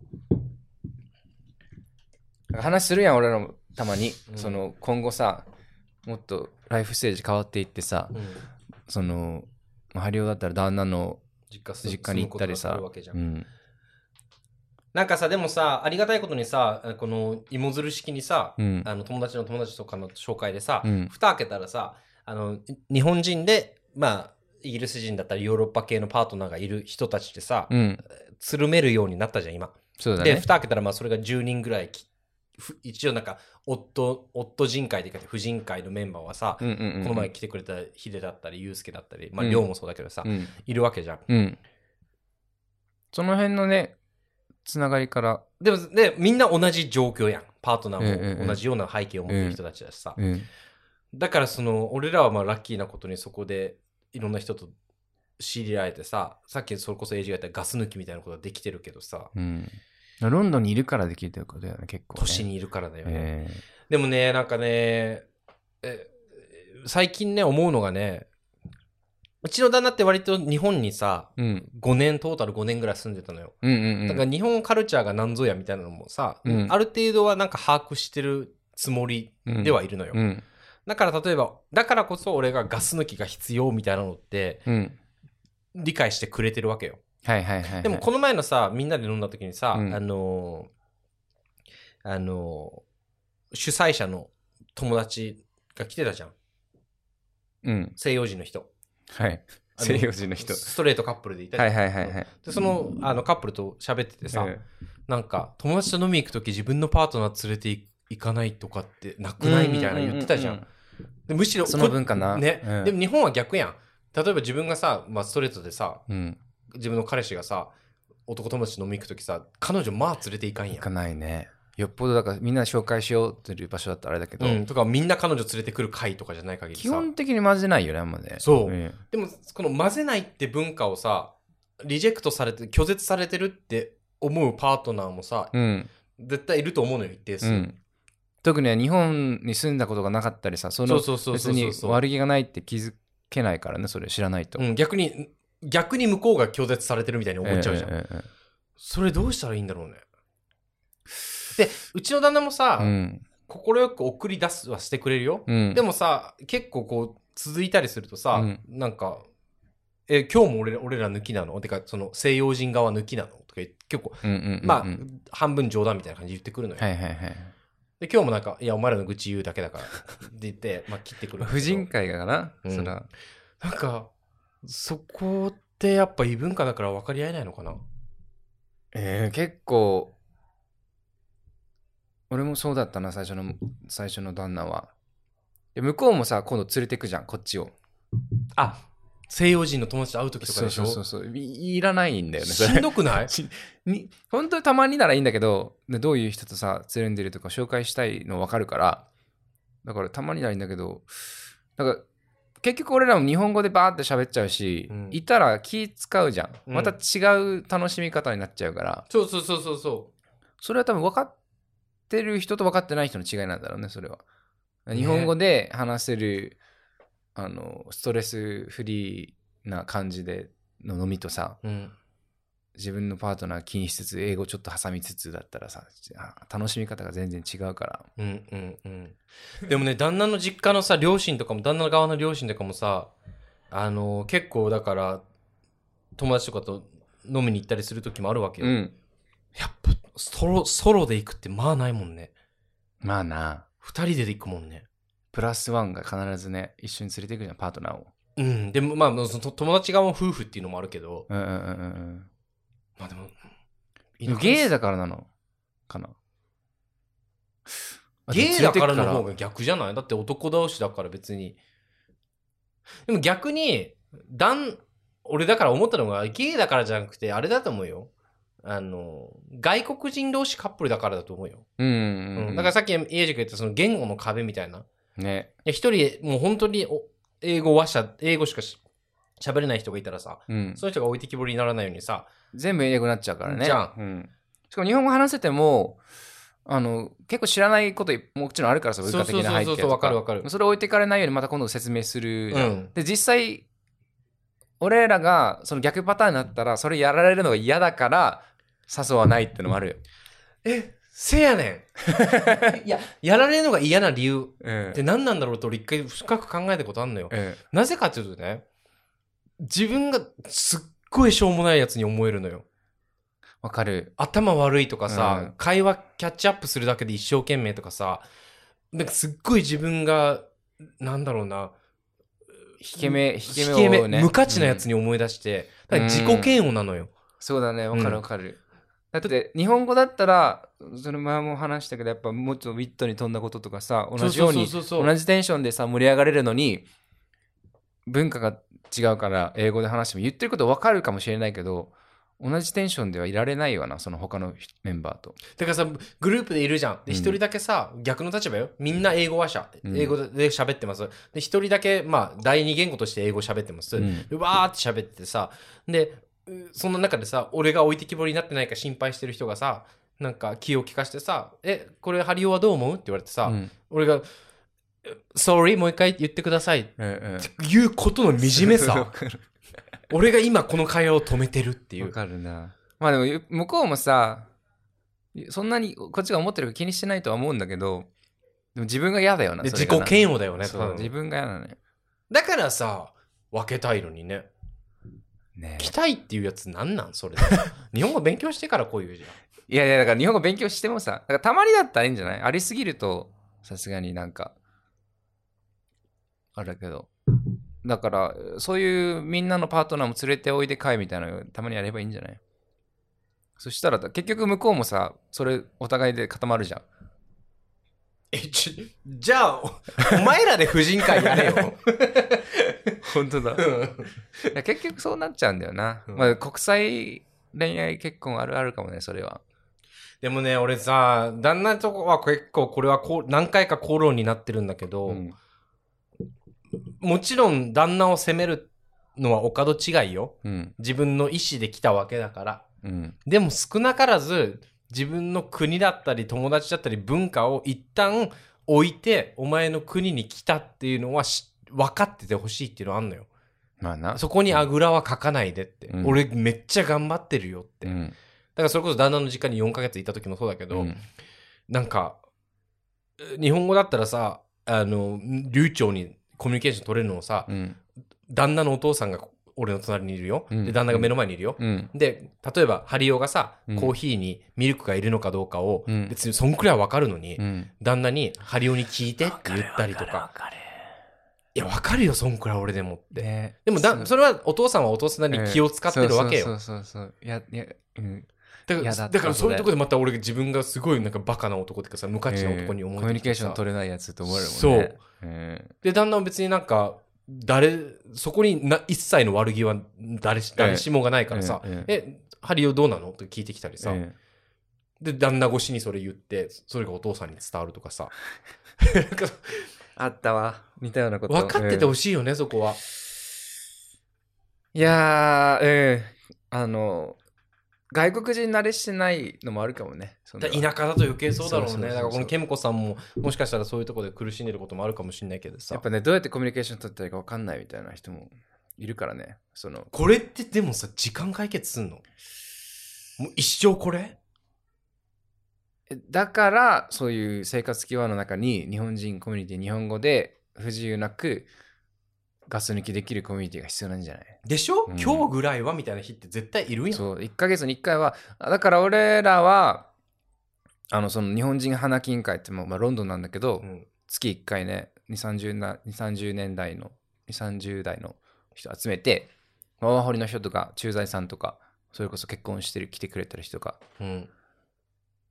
[SPEAKER 2] なんか話するやん俺らもたまに、
[SPEAKER 1] うん
[SPEAKER 2] その今後さもっとライフステージ変わっていってさ
[SPEAKER 1] うん
[SPEAKER 2] そのまあハリオだったら旦那の、
[SPEAKER 1] 実家す
[SPEAKER 2] 実家に行ったりさ
[SPEAKER 1] 住むことが増えるわけじゃん
[SPEAKER 2] うん
[SPEAKER 1] なんかさでもさありがたいことにさこの芋づる式にさ、
[SPEAKER 2] うん
[SPEAKER 1] あの友達の友達とかの紹介でさ、
[SPEAKER 2] うん
[SPEAKER 1] 蓋開けたらさあのい日本人でまあイギリス人だったりヨーロッパ系のパートナーがいる人たちってさ、
[SPEAKER 2] うん
[SPEAKER 1] つるめるようになったじゃん今。
[SPEAKER 2] そうだ
[SPEAKER 1] で
[SPEAKER 2] ね
[SPEAKER 1] 蓋開けたらまあそれが10人ぐらいきふ一応なんか夫夫人会でかって婦人会のメンバーはさ、
[SPEAKER 2] うんうんうん
[SPEAKER 1] この前来てくれたヒデだったりユうスケだったりまあ
[SPEAKER 2] うん
[SPEAKER 1] 亮もそうだけどさ、
[SPEAKER 2] うん
[SPEAKER 1] いるわけじゃん。
[SPEAKER 2] うんその辺のねつながりから
[SPEAKER 1] でもでみんな同じ状況やんパートナ
[SPEAKER 2] ええ
[SPEAKER 1] ー
[SPEAKER 2] ええ
[SPEAKER 1] も同じような背景を持ってる人たちだしさ、
[SPEAKER 2] うん
[SPEAKER 1] だからその俺らはまあラッキーなことにそこでいろんな人と知り合えてささっきそれこそエイジが言ったガス抜きみたいなことができてるけどさ
[SPEAKER 2] うんロンドンにいるからできるってことだよね結構ね
[SPEAKER 1] 都市にいるからだよね、
[SPEAKER 2] ええ
[SPEAKER 1] でもねなんかねえ最近ね思うのがねうちの旦那って割と日本にさ
[SPEAKER 2] うん
[SPEAKER 1] 5年トータル5年ぐらい住んでたのよ
[SPEAKER 2] うんうんうん
[SPEAKER 1] だから日本カルチャーが何ぞやみたいなのもさ、
[SPEAKER 2] うん
[SPEAKER 1] ある程度はなんか把握してるつもりではいるのよ、
[SPEAKER 2] うん
[SPEAKER 1] だから例えばだからこそ俺がガス抜きが必要みたいなのって
[SPEAKER 2] うん
[SPEAKER 1] 理解してくれてるわけよ。
[SPEAKER 2] はいはいはいはい
[SPEAKER 1] でもこの前のさ、みんなで飲んだ時にさ、
[SPEAKER 2] うん
[SPEAKER 1] あのー、あのー、主催者の友達が来てたじゃん。
[SPEAKER 2] うん
[SPEAKER 1] 西洋人の人。
[SPEAKER 2] はい
[SPEAKER 1] あの
[SPEAKER 2] 西洋人の人
[SPEAKER 1] ストレートカップルでいたじゃ
[SPEAKER 2] は
[SPEAKER 1] ん。
[SPEAKER 2] いはいはいはい
[SPEAKER 1] で、そのあのカップルと喋っててさ、
[SPEAKER 2] うん
[SPEAKER 1] なんか友達と飲み行く時自分のパートナー連れてい行かないとかってなくないみたいな言ってたじゃん。
[SPEAKER 2] うう
[SPEAKER 1] でむしろ
[SPEAKER 2] う
[SPEAKER 1] こ
[SPEAKER 2] んその文化な
[SPEAKER 1] ね、
[SPEAKER 2] うん
[SPEAKER 1] でも日本は逆やん。例えば自分がさ、まあ、ストレートでさ、
[SPEAKER 2] うん
[SPEAKER 1] 自分の彼氏がさ、男友達と飲み行く時さ、彼女まあ連れていかんやん
[SPEAKER 2] 行か。ないねよっぽどだからみんなで紹介しようっていう場所だったらあれだけど
[SPEAKER 1] うん、とかみんな彼女連れてくる会とかじゃない限り
[SPEAKER 2] 基
[SPEAKER 1] さ
[SPEAKER 2] 本的に混ぜないよねあんまね
[SPEAKER 1] そう
[SPEAKER 2] うん
[SPEAKER 1] でもこの混ぜないって文化をさリジェクトされて拒絶されてるって思うパートナーもさ、
[SPEAKER 2] うん
[SPEAKER 1] 絶対いると思うのよ一定数、
[SPEAKER 2] うん特にね日本に住んだことがなかったりさ
[SPEAKER 1] そ
[SPEAKER 2] その
[SPEAKER 1] うそうそうそ
[SPEAKER 2] 別
[SPEAKER 1] う
[SPEAKER 2] に
[SPEAKER 1] そう、
[SPEAKER 2] 悪気がないって気づけないからねそれ知らないと
[SPEAKER 1] うん、逆に逆に向こうが拒絶されてるみたいに思っちゃうじゃん、
[SPEAKER 2] ええええ
[SPEAKER 1] それどうしたらいいんだろうねでうちの旦那もさ
[SPEAKER 2] ええうん
[SPEAKER 1] 快、く送り出すはしてくれるよ、
[SPEAKER 2] うん
[SPEAKER 1] でもさ結構こう続いたりするとさ、
[SPEAKER 2] うん
[SPEAKER 1] なんか「え今日も俺ら俺ら抜きなの?」てかその西洋人側抜きなのとか言って結構
[SPEAKER 2] うんうんうんうん
[SPEAKER 1] まあ、半分冗談みたいな感じで言ってくるのよ、
[SPEAKER 2] はいはいはい
[SPEAKER 1] で今日もなんか「いやお前らの愚痴言うだけだから」って言って、まあ、切ってくるんだ
[SPEAKER 2] ま
[SPEAKER 1] け
[SPEAKER 2] あ
[SPEAKER 1] ど
[SPEAKER 2] 婦人会がな、
[SPEAKER 1] うん
[SPEAKER 2] そら
[SPEAKER 1] なんかそこってやっぱ異文化だから分かり合えないのかな
[SPEAKER 2] えー結構俺もそうだったな最初の最初の旦那はで向こうもさ今度連れてくじゃんこっちを
[SPEAKER 1] あ、西洋人の友達と会う時とか
[SPEAKER 2] そ
[SPEAKER 1] で
[SPEAKER 2] う
[SPEAKER 1] しょ
[SPEAKER 2] そうそうそういいらないんだよねそ
[SPEAKER 1] しん
[SPEAKER 2] れ
[SPEAKER 1] どくない
[SPEAKER 2] に本当にたまにならいいんだけどでどういう人とさつるんでるとか紹介したいの分かるからだからたまにならいいんだけどなんか結局俺らも日本語でバーって喋っちゃうし、
[SPEAKER 1] うん
[SPEAKER 2] いたら気使うじゃん
[SPEAKER 1] うん
[SPEAKER 2] また違う楽しみ方になっちゃうから、
[SPEAKER 1] そうそうそうそうそ
[SPEAKER 2] それは多分分かってる人と分かってない人の違いなんだろうねそれは日本語で話せる、あのストレスフリーな感じでの飲みとさ、
[SPEAKER 1] う。うん。
[SPEAKER 2] 自分のパートナー気にしつつ英語ちょっと挟みつつだったらさあ楽しみ方が全然違うから
[SPEAKER 1] うんうんうん。でもね、旦那の実家のさ、両親とかも、旦那側の両親とかもさ、あのー結構だから、友達とかと飲みに行ったりする時もあるわけよ。
[SPEAKER 2] ん
[SPEAKER 1] やっぱ、ソロ、ソロで行くってまあないもんね。
[SPEAKER 2] まあな
[SPEAKER 1] 二人で行くもんね。
[SPEAKER 2] プラスワンが必ずね一緒に連れていくじゃんパートナーを
[SPEAKER 1] うん。でも、まあ、そのと友達側も夫婦っていうのもあるけど、
[SPEAKER 2] うんうんうん
[SPEAKER 1] まあでも、
[SPEAKER 2] うんゲイだからなのかな
[SPEAKER 1] ゲイだからの方
[SPEAKER 2] が
[SPEAKER 1] が逆じゃないだって男同士だから別に。でも逆に、男、俺だから思ったのが、ゲイだからじゃなくて、あれだと思うよ。あの、外国人同士カップルだからだと思うよ。
[SPEAKER 2] うん
[SPEAKER 1] う
[SPEAKER 2] うん、うん
[SPEAKER 1] ん。だからさっき、エイジ君言ったその言語の壁みたいな。い
[SPEAKER 2] ね
[SPEAKER 1] や一人、もう本当にお英語話者、英語しかし喋れない人がいたらさ、
[SPEAKER 2] うん
[SPEAKER 1] その人が置いてきぼりにならないようにさ、
[SPEAKER 2] 全部英語になっちゃうからね
[SPEAKER 1] じゃん
[SPEAKER 2] うん、しかも日本語話せてもあの結構知らないこともちろんあるからさ文化的な背景
[SPEAKER 1] そうそうそう
[SPEAKER 2] と
[SPEAKER 1] そうわかるわかる
[SPEAKER 2] それ置いていかれないようにまた今度説明するじゃん
[SPEAKER 1] うん。
[SPEAKER 2] で実際俺らがその逆パターンになったらそれやられるのが嫌だから誘わないってのもあるよ、
[SPEAKER 1] え、せやねん。い や、やられるのが嫌な理由
[SPEAKER 2] うん
[SPEAKER 1] って何なんだろうと俺一回深く考えたことあんのよ。
[SPEAKER 2] うん
[SPEAKER 1] なぜかというとね、自分がすっごいしょうもないやつに思えるのよ。
[SPEAKER 2] わかる
[SPEAKER 1] 頭悪いとかさ、
[SPEAKER 2] うん
[SPEAKER 1] 会話キャッチアップするだけで一生懸命とかさ、なんかすっごい自分が、なんだろうな、
[SPEAKER 2] 引け目引け目
[SPEAKER 1] 引
[SPEAKER 2] を、ね、
[SPEAKER 1] け目無価値なやつ
[SPEAKER 2] うん
[SPEAKER 1] に思い出して、だから自己嫌悪なのよ。
[SPEAKER 2] そうだねわ
[SPEAKER 1] う
[SPEAKER 2] か
[SPEAKER 1] ん
[SPEAKER 2] るわかる、だって日本語だったらそれ前も話したけどやっぱもうちょっとウィットに飛んだこととかさ同じように
[SPEAKER 1] そうそうそうそう
[SPEAKER 2] 同じテンションでさ盛り上がれるのに文化が違うから英語で話しても言ってることわかるかもしれないけど同じテンションではいられないわなその他のメンバーと
[SPEAKER 1] だからさ、グループでいるじゃん。で、
[SPEAKER 2] うん
[SPEAKER 1] 一人だけさ、逆の立場よ。みんな英語話者。
[SPEAKER 2] うん
[SPEAKER 1] 英語で喋ってます。で、一人だけ、まあ、第二言語として英語喋ってます。
[SPEAKER 2] うん
[SPEAKER 1] でわーって喋っててさ、で、うその中でさ、俺が置いてきぼりになってないか心配してる人がさ、なんか気を利かしてさ、え、これハリオはどう思うって言われてさ、
[SPEAKER 2] うん
[SPEAKER 1] 俺が、え sorry, もう一回言ってください。って
[SPEAKER 2] うんうん
[SPEAKER 1] いうことの惨め
[SPEAKER 2] わ
[SPEAKER 1] さ。
[SPEAKER 2] かる
[SPEAKER 1] 俺が今この会話を止めてるってい
[SPEAKER 2] わ
[SPEAKER 1] う。
[SPEAKER 2] かるな。まあでもゆ向こうもさ、そんなにこっちが思ってるか気にしてないとは思うんだけど、でも自分が嫌だよな。
[SPEAKER 1] で、
[SPEAKER 2] それ
[SPEAKER 1] 自
[SPEAKER 2] がな
[SPEAKER 1] 己嫌悪だよね、た
[SPEAKER 2] そ
[SPEAKER 1] だ
[SPEAKER 2] う
[SPEAKER 1] の
[SPEAKER 2] 自分が嫌なのよ。
[SPEAKER 1] だからさ、分けたいのにね。
[SPEAKER 2] ね
[SPEAKER 1] 来たいっていうやつなんなん それ日本語勉強してからこういうじゃん
[SPEAKER 2] いやいや、だから日本語勉強してもさ、だからたまにだったらいいんじゃないありすぎると、さすがになんか、あれだけど。だから、そういうみんなのパートナーも連れておいで会みたいなのたまにやればいいんじゃないそしたら、結局向こうもさ、それお互いで固まるじゃん。
[SPEAKER 1] えちじゃあおお前らで婦人会やれよ
[SPEAKER 2] 本当だ。いや結局そうなっちゃうんだよな、
[SPEAKER 1] うん
[SPEAKER 2] まあ、国際恋愛結婚あるあるかもねそれは
[SPEAKER 1] でもね俺さ旦那とは結構これはこう何回か口論になってるんだけど、
[SPEAKER 2] うん
[SPEAKER 1] もちろん旦那を責めるのはお門違いよ
[SPEAKER 2] うん
[SPEAKER 1] 自分の意思で来たわけだから
[SPEAKER 2] うん
[SPEAKER 1] でも少なからず自分の国だったり友達だったり文化を一旦置いてお前の国に来たっていうのはし分かっててほしいっていうのはあんのよ
[SPEAKER 2] まあな
[SPEAKER 1] そこにあぐらはかかないでって、
[SPEAKER 2] うん
[SPEAKER 1] 俺めっちゃ頑張ってるよって、
[SPEAKER 2] う
[SPEAKER 1] だ
[SPEAKER 2] ん
[SPEAKER 1] からそれこそ旦那の実家に4ヶ月いた時もそうだけど、
[SPEAKER 2] うん
[SPEAKER 1] なんかえ日本語だったらさあの流暢にコミュニケーション取れるのをさ、
[SPEAKER 2] うん
[SPEAKER 1] 旦那のお父さんが俺の隣にいるよ、
[SPEAKER 2] うん
[SPEAKER 1] で旦那が目の前にいるよ、
[SPEAKER 2] うん
[SPEAKER 1] で例えばハリオがさ、
[SPEAKER 2] うん
[SPEAKER 1] コーヒーにミルクがいるのかどうかを、
[SPEAKER 2] うん
[SPEAKER 1] 別にそんくらいは分かるのに、
[SPEAKER 2] うん
[SPEAKER 1] 旦那にハリオに聞いてって言ったりとかいや分かるよそんくらい俺でもって、
[SPEAKER 2] ね
[SPEAKER 1] でもだ
[SPEAKER 2] う
[SPEAKER 1] それはお父さんはお父さんなりに気を使ってるわけよ、
[SPEAKER 2] そうそうそうそういやいやうん
[SPEAKER 1] だから
[SPEAKER 2] 嫌だった
[SPEAKER 1] だからそういうところでまた俺が自分がすごいなんかバカな男とかさ無価値な男に思
[SPEAKER 2] え
[SPEAKER 1] えて
[SPEAKER 2] ーコミュニケーション
[SPEAKER 1] る
[SPEAKER 2] 取れないやつと思われるもんね
[SPEAKER 1] そう
[SPEAKER 2] うん
[SPEAKER 1] で旦那は別になんか誰、そこにな一切の悪気は誰し誰しもがないからさ、
[SPEAKER 2] ええ
[SPEAKER 1] え、ハリオどうなのって聞いてきたりさ、
[SPEAKER 2] え
[SPEAKER 1] で、旦那越しにそれ言って、それがお父さんに伝わるとか さ、
[SPEAKER 2] あったわ似たようなこと
[SPEAKER 1] 分かってて
[SPEAKER 2] うん
[SPEAKER 1] ほしいよね、そこは。
[SPEAKER 2] いやーええあの外国人慣れしてないのもあるかもねそんな
[SPEAKER 1] だ田舎だと余計そうだろ
[SPEAKER 2] そううそうそう
[SPEAKER 1] ね。
[SPEAKER 2] そう
[SPEAKER 1] だからこのケムコさんも、もしかしたらそういうところで苦しんでることもあるかもしれないけどさ。
[SPEAKER 2] やっぱねどうやってコミュニケーション取ったらいいか分かんないみたいな人もいるからねその
[SPEAKER 1] これってでもさ、時間解決すんのもう一生これ
[SPEAKER 2] だからそういう生活キーワードの中に日本人コミュニティ日本語で不自由なくガス抜きできるコミュニティが必要なんじゃない
[SPEAKER 1] でしょ、
[SPEAKER 2] うん
[SPEAKER 1] 今日ぐらいはみたいな日って絶対いるやん。
[SPEAKER 2] そう1ヶ月に1回はあだから俺らはあのその日本人花金会ってもう、まあ、ロンドンなんだけど、
[SPEAKER 1] うん
[SPEAKER 2] 月1回ね2 3 0な2 30年代の2 30代の人集めてワワホリの人とか駐在さんとかそれこそ結婚してる来てくれてる人とか
[SPEAKER 1] うん。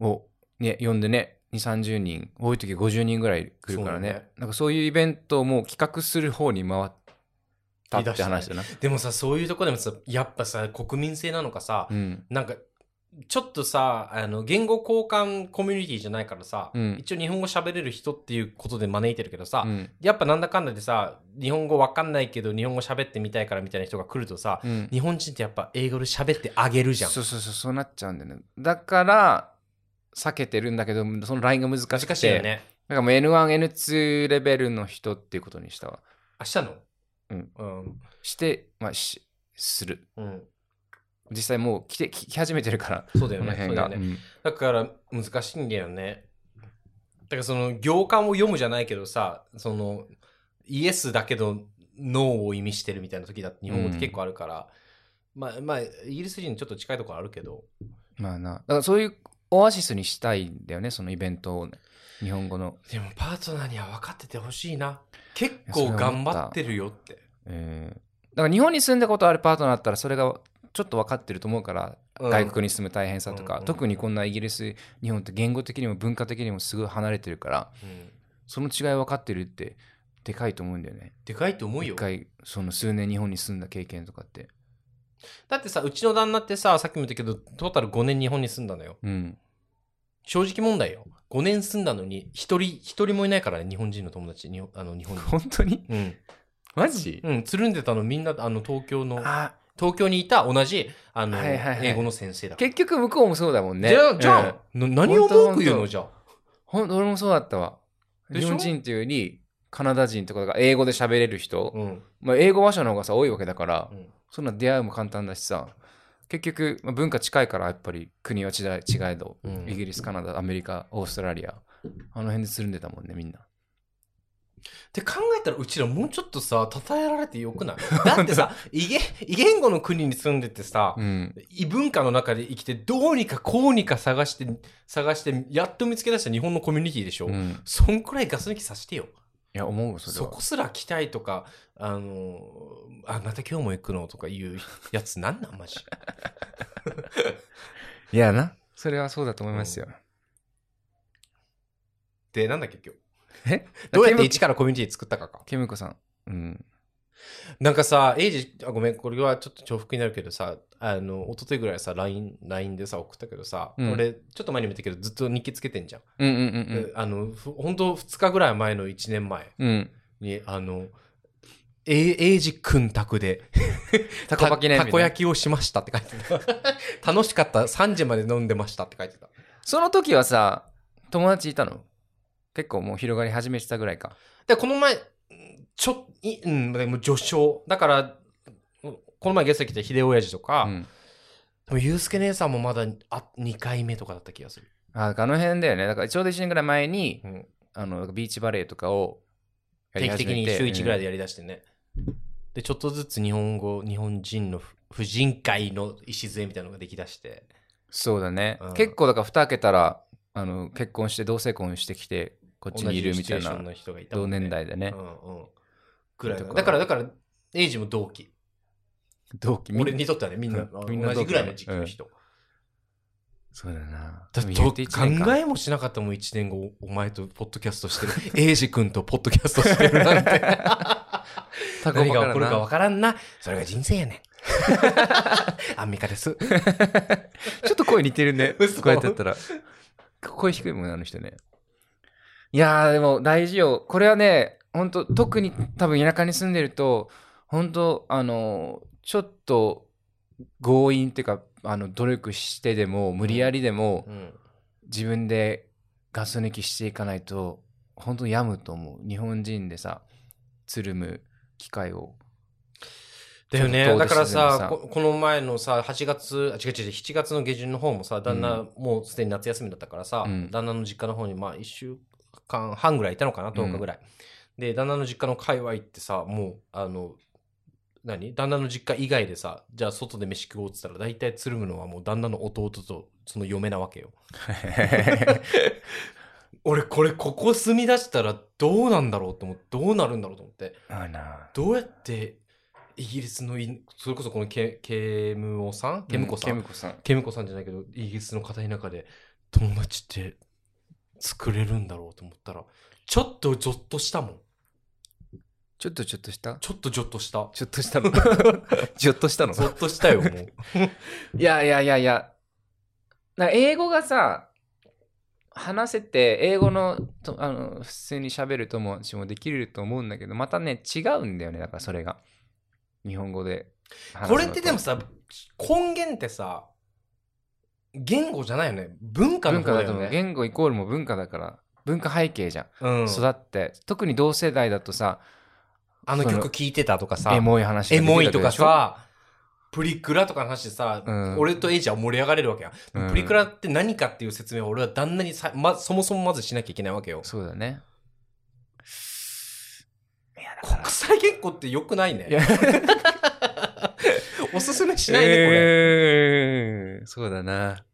[SPEAKER 2] を、ね、呼んでね230人多い時50人ぐらい来るからね
[SPEAKER 1] そうだね
[SPEAKER 2] なんかそういうイベントをもう企画する方に回ったって話だな、
[SPEAKER 1] でもさ、そういうとこでもさ、やっぱさ、国民性なのかさ、
[SPEAKER 2] うん、
[SPEAKER 1] なんか、ちょっとさ、あの、言語交換コミュニティじゃないからさ、
[SPEAKER 2] うん
[SPEAKER 1] 一応日本語喋れる人っていうことで招いてるけどさ、
[SPEAKER 2] うん
[SPEAKER 1] やっぱなんだかんだでさ、日本語わかんないけど、日本語喋ってみたいからみたいな人が来るとさ、
[SPEAKER 2] うん
[SPEAKER 1] 日本人ってやっぱ英語で喋ってあげるじゃん。
[SPEAKER 2] そうそうそうそうなっちゃうんだよねだから避けてるんだけどそのラインが難しくて
[SPEAKER 1] 難しいよね。
[SPEAKER 2] だからもう N1N2 レベルの人っていうことにしたわ
[SPEAKER 1] 明日の
[SPEAKER 2] うん。
[SPEAKER 1] うん。
[SPEAKER 2] してまあしする
[SPEAKER 1] うん。
[SPEAKER 2] 実際もう来て来来始めてるから
[SPEAKER 1] そうだよ
[SPEAKER 2] こ
[SPEAKER 1] ね。
[SPEAKER 2] の
[SPEAKER 1] そ
[SPEAKER 2] 辺
[SPEAKER 1] うだ
[SPEAKER 2] が
[SPEAKER 1] よね。だから難しいんだよね。だからその行間を読むじゃないけどさ、そのイエスだけどノーを意味してるみたいな時だって日本語って結構あるから、まあまあイギリス人にちょっと近いところあるけど、
[SPEAKER 2] うんまあなだからそういうオアシスにしたいんだよねそのイベントをね日本語の
[SPEAKER 1] でもパートナーには分かっててほしいな。結構頑張ってるよって。
[SPEAKER 2] えーだから日本に住んだことあるパートナーだったらそれがちょっと分かってると思うから、
[SPEAKER 1] うん
[SPEAKER 2] 外国に住む大変さとか、
[SPEAKER 1] うんうん
[SPEAKER 2] 特にこんなイギリス日本って言語的にも文化的にもすごい離れてるから
[SPEAKER 1] うん
[SPEAKER 2] その違い分かってるってでかいと思うんだよね
[SPEAKER 1] でかいと思う
[SPEAKER 2] 一
[SPEAKER 1] よ。
[SPEAKER 2] 回その数年日本に住んだ経験とかって
[SPEAKER 1] だってさ、うちの旦那ってさ、さっきも言ったけど、トータル5年日本に住んだのよ。
[SPEAKER 2] うん
[SPEAKER 1] 正直問題よ。5年住んだのに、一人、一人もいないからね、日本人の友達、日本あの日 本に。
[SPEAKER 2] 本当に
[SPEAKER 1] うん。
[SPEAKER 2] マジ、
[SPEAKER 1] うん、つるんでたのみんなあの東京の
[SPEAKER 2] あ
[SPEAKER 1] 東京にいた同じあの、
[SPEAKER 2] はいはいはい
[SPEAKER 1] 英語の先生だから
[SPEAKER 2] 結局向こうもそうだもんね
[SPEAKER 1] じゃあじ
[SPEAKER 2] うん
[SPEAKER 1] ゃあ、な何を
[SPEAKER 2] 本当
[SPEAKER 1] 文句言う
[SPEAKER 2] 本
[SPEAKER 1] の
[SPEAKER 2] 当
[SPEAKER 1] じゃあ
[SPEAKER 2] ほん俺もそうだったわ
[SPEAKER 1] でし
[SPEAKER 2] 日
[SPEAKER 1] ょ
[SPEAKER 2] 本人っていうよりカナダ人とかが英語で喋れる人、
[SPEAKER 1] うん、
[SPEAKER 2] まあ、英語話者の方がさ多いわけだから、
[SPEAKER 1] うん
[SPEAKER 2] そんな出会いも簡単だしさ結局、まあ、文化近いからやっぱり国は違い違えど、
[SPEAKER 1] うん
[SPEAKER 2] イギリスカナダアメリカオーストラリアあの辺でつるんでたもんねみんな
[SPEAKER 1] って考えたらうちらもうちょっとさ称えられてよくないだってさ異言異言語の国に住んでてさ、
[SPEAKER 2] うん
[SPEAKER 1] 異文化の中で生きてどうにかこうにか探して探してやっと見つけ出した日本のコミュニティでしょ、
[SPEAKER 2] うん
[SPEAKER 1] そんくらいガス抜きさせてよ
[SPEAKER 2] いや思うわそ
[SPEAKER 1] そ
[SPEAKER 2] れは
[SPEAKER 1] こすら期待とかあのあまた今日も行くのとかいうやつなんなんマジ
[SPEAKER 2] いやなそれはそうだと思いますよ、
[SPEAKER 1] で、なんだっけ、今日。
[SPEAKER 2] え
[SPEAKER 1] どうやって
[SPEAKER 2] ケム
[SPEAKER 1] 一からコミュニティ作ったかか。
[SPEAKER 2] ケムコさんうん
[SPEAKER 1] なんかさ、エイジ、あごめん、これはちょっと重複になるけどさ、あの、一昨日ぐらいさ、LINE、LINE でさ、送ったけどさ、
[SPEAKER 2] うん
[SPEAKER 1] 俺、ちょっと前に見たけど、ずっと日記つけてんじゃん。
[SPEAKER 2] うんうんう
[SPEAKER 1] であの、ふほんと2日ぐらい前の1年前
[SPEAKER 2] んうんうん
[SPEAKER 1] に、あの、えエイジくん宅 で、
[SPEAKER 2] たこばきね
[SPEAKER 1] たたこ焼きをしましたって書いてた。楽しかった、3時まで飲んでましたって書いてた。
[SPEAKER 2] その時はさ友達いたの結構もう広がり始めてたぐらいか
[SPEAKER 1] で、この前、んちょ、いうん、でも序章。だから、この前ゲストに来たヒデオヤジとか、
[SPEAKER 2] うん
[SPEAKER 1] でもユースケ姉さんもまだあ2回目とかだった気がする。
[SPEAKER 2] ああの辺だよねだからちょうど1年ぐらい前に
[SPEAKER 1] うん
[SPEAKER 2] あのビーチバレーとかをやり
[SPEAKER 1] 定期
[SPEAKER 2] 始
[SPEAKER 1] 的
[SPEAKER 2] め
[SPEAKER 1] に
[SPEAKER 2] て
[SPEAKER 1] 週1ぐらいでやりだしてね。で、ちょっとずつ日本語、日本人の婦婦人会の礎みたいなのができだして。
[SPEAKER 2] そうだね、
[SPEAKER 1] うん
[SPEAKER 2] 結構だから蓋開けたらあの結婚して同性婚してきてこっちにいる
[SPEAKER 1] 同
[SPEAKER 2] みたい
[SPEAKER 1] じシチュエーシ
[SPEAKER 2] な
[SPEAKER 1] ョンの人がいたも
[SPEAKER 2] 同
[SPEAKER 1] んね
[SPEAKER 2] 年代でね、
[SPEAKER 1] うんうん。ぐらいだ
[SPEAKER 2] とか
[SPEAKER 1] だから、だから、エイジも同期。
[SPEAKER 2] 同期みん
[SPEAKER 1] 俺にとってはね、みんな、
[SPEAKER 2] うんみんな
[SPEAKER 1] 同じぐらいの時期の人。
[SPEAKER 2] そうだな
[SPEAKER 1] だっ
[SPEAKER 2] で
[SPEAKER 1] てと考
[SPEAKER 2] も言って一年間
[SPEAKER 1] えもしなかったもん1年後お前とポッドキャストしてるエイジ君とポッドキャストしてるなんて
[SPEAKER 2] タコ
[SPEAKER 1] 何
[SPEAKER 2] バ
[SPEAKER 1] が起
[SPEAKER 2] カだ
[SPEAKER 1] こるかわ
[SPEAKER 2] な
[SPEAKER 1] からんな。それが人生やねん。 アンミカです。
[SPEAKER 2] ちょっと声似てるね。
[SPEAKER 1] 嘘
[SPEAKER 2] こうやってやったら。声低いもんね、あの人ね。いやー、でも大事よ。これはね、本当特に多分田舎に住んでると、本当あの、ちょっと強引っていうか、あの、努力してでも、無理やりでも、自分でガス抜きしていかないと本当病むと思う日本人でさつるむ機 会を
[SPEAKER 1] だよね。
[SPEAKER 2] ちょっと
[SPEAKER 1] だから
[SPEAKER 2] で
[SPEAKER 1] さ
[SPEAKER 2] すね
[SPEAKER 1] こ、この前のさ、8月、あ違う違う違う、7月の下旬の方もさ、旦那、もうすでに夏休みだったからさ、
[SPEAKER 2] うん
[SPEAKER 1] 旦那の実家の方に、まあ、1週間半ぐらいいたのかな、10日ぐらい。で、旦那の実家の界隈ってさ、もう、あの、何旦那の実家以外でさ、じゃあ外で飯食おうって言ったら、大体つるむのはもう旦那の弟とその嫁なわけよ。俺、これ、ここ住み出したらどうなんだろうと思って、どうなるんだろうと思って。
[SPEAKER 2] あな
[SPEAKER 1] どうやってイギリスのいそれこそこのケケムオさんケムコさん、
[SPEAKER 2] ケムコさん
[SPEAKER 1] ケムコさんじゃないけどイギリスの片田舎で友達って作れるんだろうと思ったらちょっとゾッとしたもん
[SPEAKER 2] ちょっとちょっとした
[SPEAKER 1] ちょっとジョッと した
[SPEAKER 2] ちょっとしたのちょっとしたの
[SPEAKER 1] ゾッとしたよもう
[SPEAKER 2] いやいやいやいやなんか英語がさ話せて英語のとあの普通に喋る友達もできると思うんだけどまたね違うんだよねだからそれが日本語で話すのと
[SPEAKER 1] これってでもさ根源ってさ言語じゃないよね文化の
[SPEAKER 2] 文
[SPEAKER 1] 方
[SPEAKER 2] 化
[SPEAKER 1] だ
[SPEAKER 2] だ
[SPEAKER 1] よ
[SPEAKER 2] と思う
[SPEAKER 1] ね
[SPEAKER 2] 言語イコールも文化だから文化背景じゃん、
[SPEAKER 1] うん、
[SPEAKER 2] 育って特に同世代だとさ
[SPEAKER 1] あの
[SPEAKER 2] そ
[SPEAKER 1] 曲
[SPEAKER 2] の
[SPEAKER 1] 聴いてたとかさ
[SPEAKER 2] エモい話
[SPEAKER 1] エ
[SPEAKER 2] ができるわ
[SPEAKER 1] モ
[SPEAKER 2] け
[SPEAKER 1] い
[SPEAKER 2] でし
[SPEAKER 1] と
[SPEAKER 2] ょ
[SPEAKER 1] かさ、プリクラとかの話でさ、
[SPEAKER 2] うん
[SPEAKER 1] 俺とエイジは盛り上がれるわけや、
[SPEAKER 2] うん
[SPEAKER 1] プリクラって何かっていう説明を俺は旦那にさ、ま、そもそもまずしなきゃいけないわけよ。
[SPEAKER 2] そうだね
[SPEAKER 1] 国際言語って良くない
[SPEAKER 2] いや
[SPEAKER 1] ね。 おすすめしないね、これ。
[SPEAKER 2] えーそうだな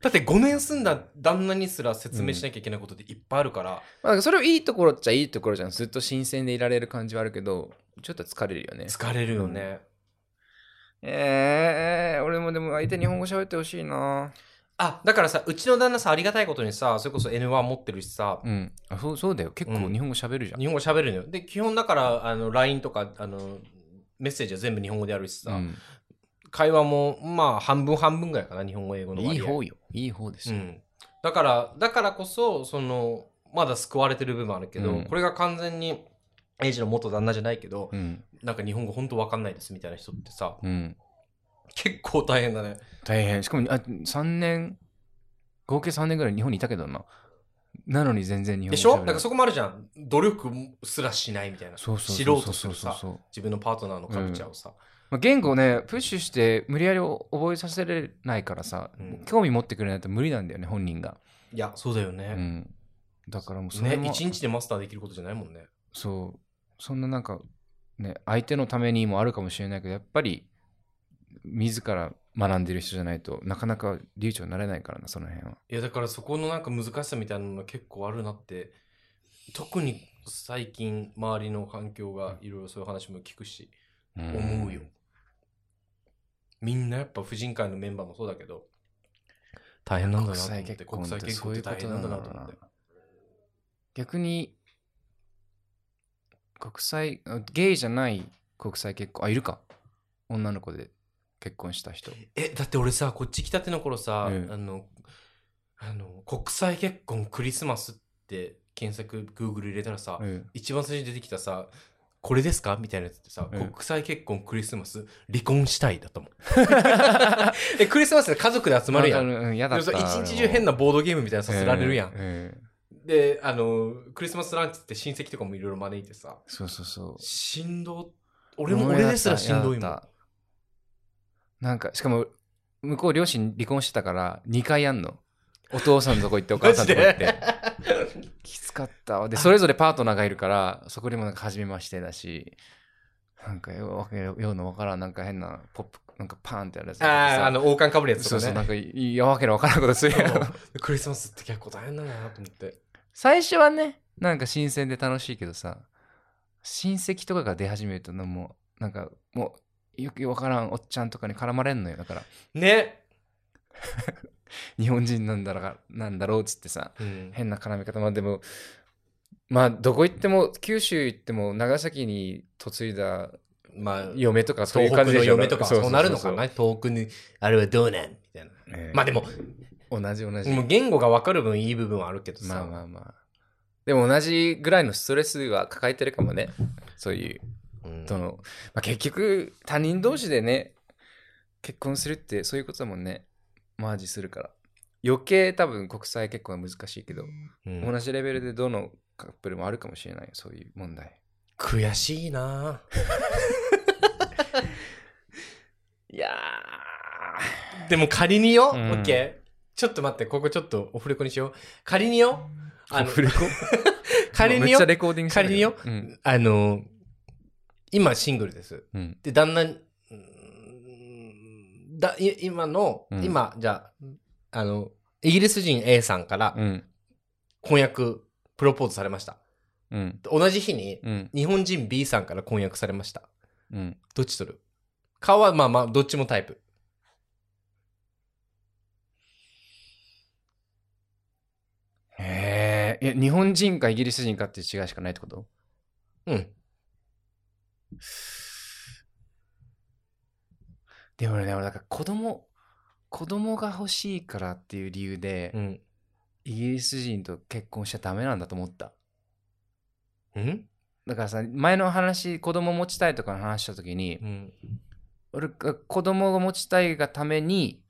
[SPEAKER 1] だって5年住んだ旦那にすら説明しなきゃいけないことっていっぱいあるから、
[SPEAKER 2] まあそれをいいところっちゃいいところじゃんずっと新鮮でいられる感じはあるけどちょっと疲れるよね
[SPEAKER 1] 疲れるよね。
[SPEAKER 2] えー、俺もでも相手日本語喋ってほしいな
[SPEAKER 1] あ、だからさ、うちの旦那さ、ありがたいことにさ、それこそ N1 持ってるしさ、
[SPEAKER 2] うんあそうそうだよ結構
[SPEAKER 1] うん
[SPEAKER 2] 日本語喋るじゃん、
[SPEAKER 1] 日本語喋るのよ。で、基本だから、あの、LINE とか、あの、メッセージは全部日本語でやるしさ、
[SPEAKER 2] うん
[SPEAKER 1] 会話もまあ半分半分ぐらいかな日本語英語の
[SPEAKER 2] いい
[SPEAKER 1] 割合
[SPEAKER 2] 方よいい方です
[SPEAKER 1] う
[SPEAKER 2] よ、
[SPEAKER 1] ん、だからだからこそそのまだ救われてる部分あるけど、
[SPEAKER 2] うん
[SPEAKER 1] これが完全にエイジの元旦那じゃないけど、
[SPEAKER 2] うん
[SPEAKER 1] なんか日本語本当わかんないですみたいな人ってさ
[SPEAKER 2] うん
[SPEAKER 1] 結構大変だね
[SPEAKER 2] 大変しかもあ3年合計3年ぐらい日本にいたけどななのに全然日本語
[SPEAKER 1] でしょ
[SPEAKER 2] 喋れ
[SPEAKER 1] なん
[SPEAKER 2] な
[SPEAKER 1] か
[SPEAKER 2] い
[SPEAKER 1] そこもあるじゃん努力すらしないみたいな
[SPEAKER 2] そうそう
[SPEAKER 1] 知
[SPEAKER 2] そ
[SPEAKER 1] ろ
[SPEAKER 2] う
[SPEAKER 1] う
[SPEAKER 2] そ
[SPEAKER 1] と
[SPEAKER 2] う
[SPEAKER 1] す
[SPEAKER 2] そう
[SPEAKER 1] るさ
[SPEAKER 2] そう
[SPEAKER 1] 自分のパートナーのカルチャーをさ、
[SPEAKER 2] まあ、言語をねプッシュして無理やり覚えさせられないからさ、
[SPEAKER 1] うん
[SPEAKER 2] 興味持ってくれないと無理なんだよね本人が、
[SPEAKER 1] いやそうだよ
[SPEAKER 2] う
[SPEAKER 1] ね,、
[SPEAKER 2] ん、だからもうそれ
[SPEAKER 1] ね
[SPEAKER 2] も
[SPEAKER 1] 一日でマスターできることじゃないもんね
[SPEAKER 2] そうそんななんかね相手のためにもあるかもしれないけどやっぱり自ら学んでる人じゃないとなかなか流暢になれないからなその辺はい
[SPEAKER 1] やだからそこのなんか難しさみたいなのが結構あるなって特に最近周りの環境がいろいろそういう話も聞くし、思うよみんなやっぱ婦人会のメンバーもそうだけど大変なんだな
[SPEAKER 2] 国
[SPEAKER 1] と思っ
[SPEAKER 2] 際
[SPEAKER 1] て
[SPEAKER 2] 結婚
[SPEAKER 1] 国際結
[SPEAKER 2] そ
[SPEAKER 1] 婚
[SPEAKER 2] う
[SPEAKER 1] っ
[SPEAKER 2] い
[SPEAKER 1] て
[SPEAKER 2] うこ
[SPEAKER 1] 大
[SPEAKER 2] と
[SPEAKER 1] 変
[SPEAKER 2] な
[SPEAKER 1] なんん
[SPEAKER 2] だ
[SPEAKER 1] だ
[SPEAKER 2] な
[SPEAKER 1] な
[SPEAKER 2] と
[SPEAKER 1] と思
[SPEAKER 2] 思
[SPEAKER 1] っ
[SPEAKER 2] っ
[SPEAKER 1] てて
[SPEAKER 2] 逆に国際あゲイじゃない国際結婚あいるか女の子で結婚した人
[SPEAKER 1] えだって俺さこっち来たての頃さ、
[SPEAKER 2] うん
[SPEAKER 1] あのあの国際結婚クリスマスって検索 Google 入れたらさ、
[SPEAKER 2] うん
[SPEAKER 1] 一番最初に出てきたさこれですかみたいなやつってさ、
[SPEAKER 2] うん
[SPEAKER 1] 国際結婚クリスマス離婚したいだ ったもんえクリスマスで家族で集まるやん
[SPEAKER 2] わかうん嫌
[SPEAKER 1] で
[SPEAKER 2] だ
[SPEAKER 1] も
[SPEAKER 2] った
[SPEAKER 1] さ一日中変なボードゲームみたいなのさせられるやん、
[SPEAKER 2] うんうん
[SPEAKER 1] であのクリスマスランチって親戚とかもいろいろ招いてさ
[SPEAKER 2] そうそうそう
[SPEAKER 1] しんど俺も俺ですらしんどい
[SPEAKER 2] 嫌
[SPEAKER 1] も
[SPEAKER 2] だ
[SPEAKER 1] ん
[SPEAKER 2] ったなんかしかも向こう両親離婚してたから2回やんのお父さんのとこ行ってお母さんのとこ行 ってきつかったわでそれぞれパートナーがいるからそこにもなんか初めましてだしなんかよよようのわからんなんか変なポップなんかパーンってやるやつ
[SPEAKER 1] あああの王冠かぶるやつとか
[SPEAKER 2] そう
[SPEAKER 1] ね
[SPEAKER 2] そうなんかいいやわけのわからんことするやん
[SPEAKER 1] そうクリスマスって結構大変なんだなと思って
[SPEAKER 2] 最初はねなんか新鮮で楽しいけどさ親戚とかが出始めるとなもうなんかもうよくわからんおっちゃんとかに絡まれんのよだから
[SPEAKER 1] ね、
[SPEAKER 2] 日本人なんだろうがなんだろうっつってさ
[SPEAKER 1] うん
[SPEAKER 2] 変な絡み方まあでもまあどこ行っても九州行っても長崎に嫁いだ
[SPEAKER 1] まあ、
[SPEAKER 2] 嫁とかそうい
[SPEAKER 1] 東
[SPEAKER 2] う感
[SPEAKER 1] 北
[SPEAKER 2] じで
[SPEAKER 1] の
[SPEAKER 2] しょ
[SPEAKER 1] 嫁とかそうなるのか
[SPEAKER 2] そうそう
[SPEAKER 1] な遠くに、あれはどうなんみたいな。
[SPEAKER 2] そうええ
[SPEAKER 1] まあでも、
[SPEAKER 2] 同じ同じ
[SPEAKER 1] もう言語が分かる分いい部分はあるけどさ。
[SPEAKER 2] まあまあまあでも同じぐらいのストレスは抱えてるかもねそういう
[SPEAKER 1] うん
[SPEAKER 2] その、まあ、結局他人同士でね結婚するってそういうことだもんねマージするから余計多分国際結婚は難しいけど、
[SPEAKER 1] うん
[SPEAKER 2] 同じレベルでどのカップルもあるかもしれないそういう問題
[SPEAKER 1] 悔しいない
[SPEAKER 2] や
[SPEAKER 1] ぁでも仮によ、
[SPEAKER 2] う
[SPEAKER 1] オ
[SPEAKER 2] ん
[SPEAKER 1] ッケーちょっと待って、ここちょっとオフレコにしよう。仮によ、あの、仮に
[SPEAKER 2] めっ
[SPEAKER 1] よ
[SPEAKER 2] ちゃ、レコーディングしてる
[SPEAKER 1] 仮によ
[SPEAKER 2] うん
[SPEAKER 1] あの、今シングルです。
[SPEAKER 2] うん
[SPEAKER 1] で、旦那、うーんだい今の、
[SPEAKER 2] うん
[SPEAKER 1] 今、じゃあ、あの、イギリス人 A さんから
[SPEAKER 2] うん
[SPEAKER 1] 婚約、プロポーズされました。
[SPEAKER 2] うん
[SPEAKER 1] 同じ日に、
[SPEAKER 2] うん
[SPEAKER 1] 日本人 B さんから婚約されました。
[SPEAKER 2] うん
[SPEAKER 1] どっち取る顔はまあまあ、どっちもタイプ。
[SPEAKER 2] へえいや日本人かイギリス人かっていう違いしかないってこと
[SPEAKER 1] うん。
[SPEAKER 2] でもね俺なんか子供子供が欲しいからっていう理由で、
[SPEAKER 1] うん。
[SPEAKER 2] イギリス人と結婚しちゃダメなんだと思った
[SPEAKER 1] うん
[SPEAKER 2] だからさ前の話子供持ちたいとかの話した時に、
[SPEAKER 1] うん。
[SPEAKER 2] 俺が子供を持ちたいがために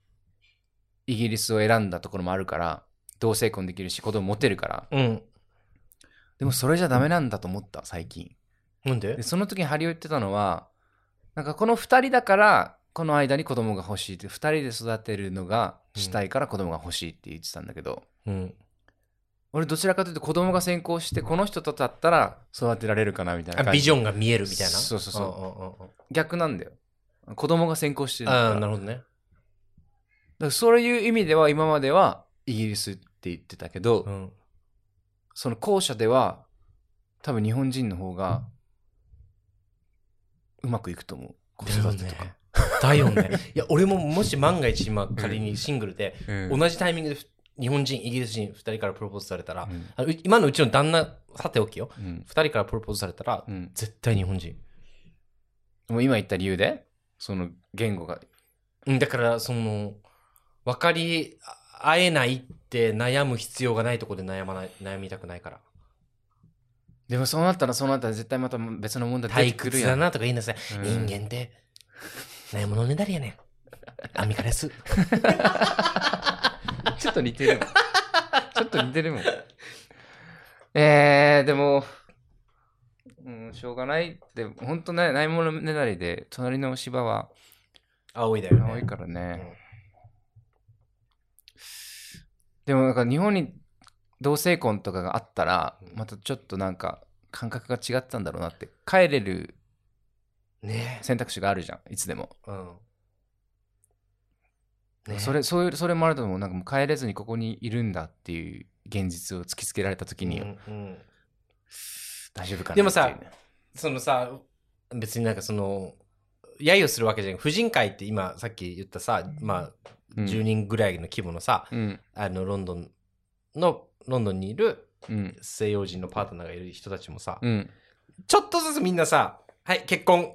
[SPEAKER 2] イギリスを選んだところもあるから同性婚できるし子供持てるから
[SPEAKER 1] うん。
[SPEAKER 2] でもそれじゃダメなんだと思った最近
[SPEAKER 1] なんで
[SPEAKER 2] でその時にハリオ言ってたのはなんかこの2人だからこの間に子供が欲しいって2人で育てるのがしたいから子供が欲しいって言ってたんだけど、
[SPEAKER 1] うん。
[SPEAKER 2] 俺どちらかというと子供が先行してこの人とだったら育てられるかなみたいな
[SPEAKER 1] あ
[SPEAKER 2] 感じ
[SPEAKER 1] ビジョンが見えるみたいな。
[SPEAKER 2] そうそうそう
[SPEAKER 1] そ
[SPEAKER 2] 逆なんだよ子供が先行してるから
[SPEAKER 1] ああ、
[SPEAKER 2] だ
[SPEAKER 1] な
[SPEAKER 2] か
[SPEAKER 1] るほどね。
[SPEAKER 2] らそういう意味では今まではイギリスって言ってたけど、
[SPEAKER 1] うん。
[SPEAKER 2] その後者では多分日本人の方がうまくいくと思う子育てとか、
[SPEAKER 1] だよね。いや、俺ももし万が一今仮にシングルで、
[SPEAKER 2] うん
[SPEAKER 1] 同じタイミングで日本人、イギリス人2人からプロポーズされたら、
[SPEAKER 2] うん
[SPEAKER 1] あのう今のうちの旦那、さておきよ。
[SPEAKER 2] うん
[SPEAKER 1] 2人からプロポーズされたら、
[SPEAKER 2] うん
[SPEAKER 1] 絶対日本人。
[SPEAKER 2] もう今言った理由でその言語が
[SPEAKER 1] うんだから、その、分かり合えないって悩む必要がないとこで悩まない、悩みたくないから。
[SPEAKER 2] でもそうなったらそうなったら絶対また別の問題出
[SPEAKER 1] 退
[SPEAKER 2] てく
[SPEAKER 1] 屈
[SPEAKER 2] るや
[SPEAKER 1] だ
[SPEAKER 2] ん
[SPEAKER 1] なとか言いなさい。
[SPEAKER 2] うん
[SPEAKER 1] 人間って、悩むのねだりやねん。アミカレス。
[SPEAKER 2] ちょっと似てるもん。ちょっと似てるもん。えー、でも、うん、しょうがないって、ほんとね、ないものねだりで、隣の芝は
[SPEAKER 1] 青いだよ
[SPEAKER 2] 青
[SPEAKER 1] ね
[SPEAKER 2] い。からね。でもなんか日本に同性婚とかがあったら、またちょっとなんか感覚が違ったんだろうなって、帰れる
[SPEAKER 1] ね
[SPEAKER 2] 選択肢があるじゃん、いつでも。
[SPEAKER 1] え。うん。ねえ
[SPEAKER 2] それそういうそれもあると思う、なんかもう帰れずにここにいるんだっていう現実を突きつけられた時に、
[SPEAKER 1] うんうん
[SPEAKER 2] 大丈夫かな
[SPEAKER 1] でもさ
[SPEAKER 2] っていうね
[SPEAKER 1] そのさ、別になんかその、揶揄するわけじゃなく、婦人会って今さっき言ったさ、まあ、
[SPEAKER 2] うん
[SPEAKER 1] 10人ぐらいの規模のさ、
[SPEAKER 2] うん
[SPEAKER 1] あの、ロンドンの、ロンドンにいる
[SPEAKER 2] うん
[SPEAKER 1] 西洋人のパートナーがいる人たちもさ、
[SPEAKER 2] うん
[SPEAKER 1] ちょっとずつみんなさ、はい、結婚。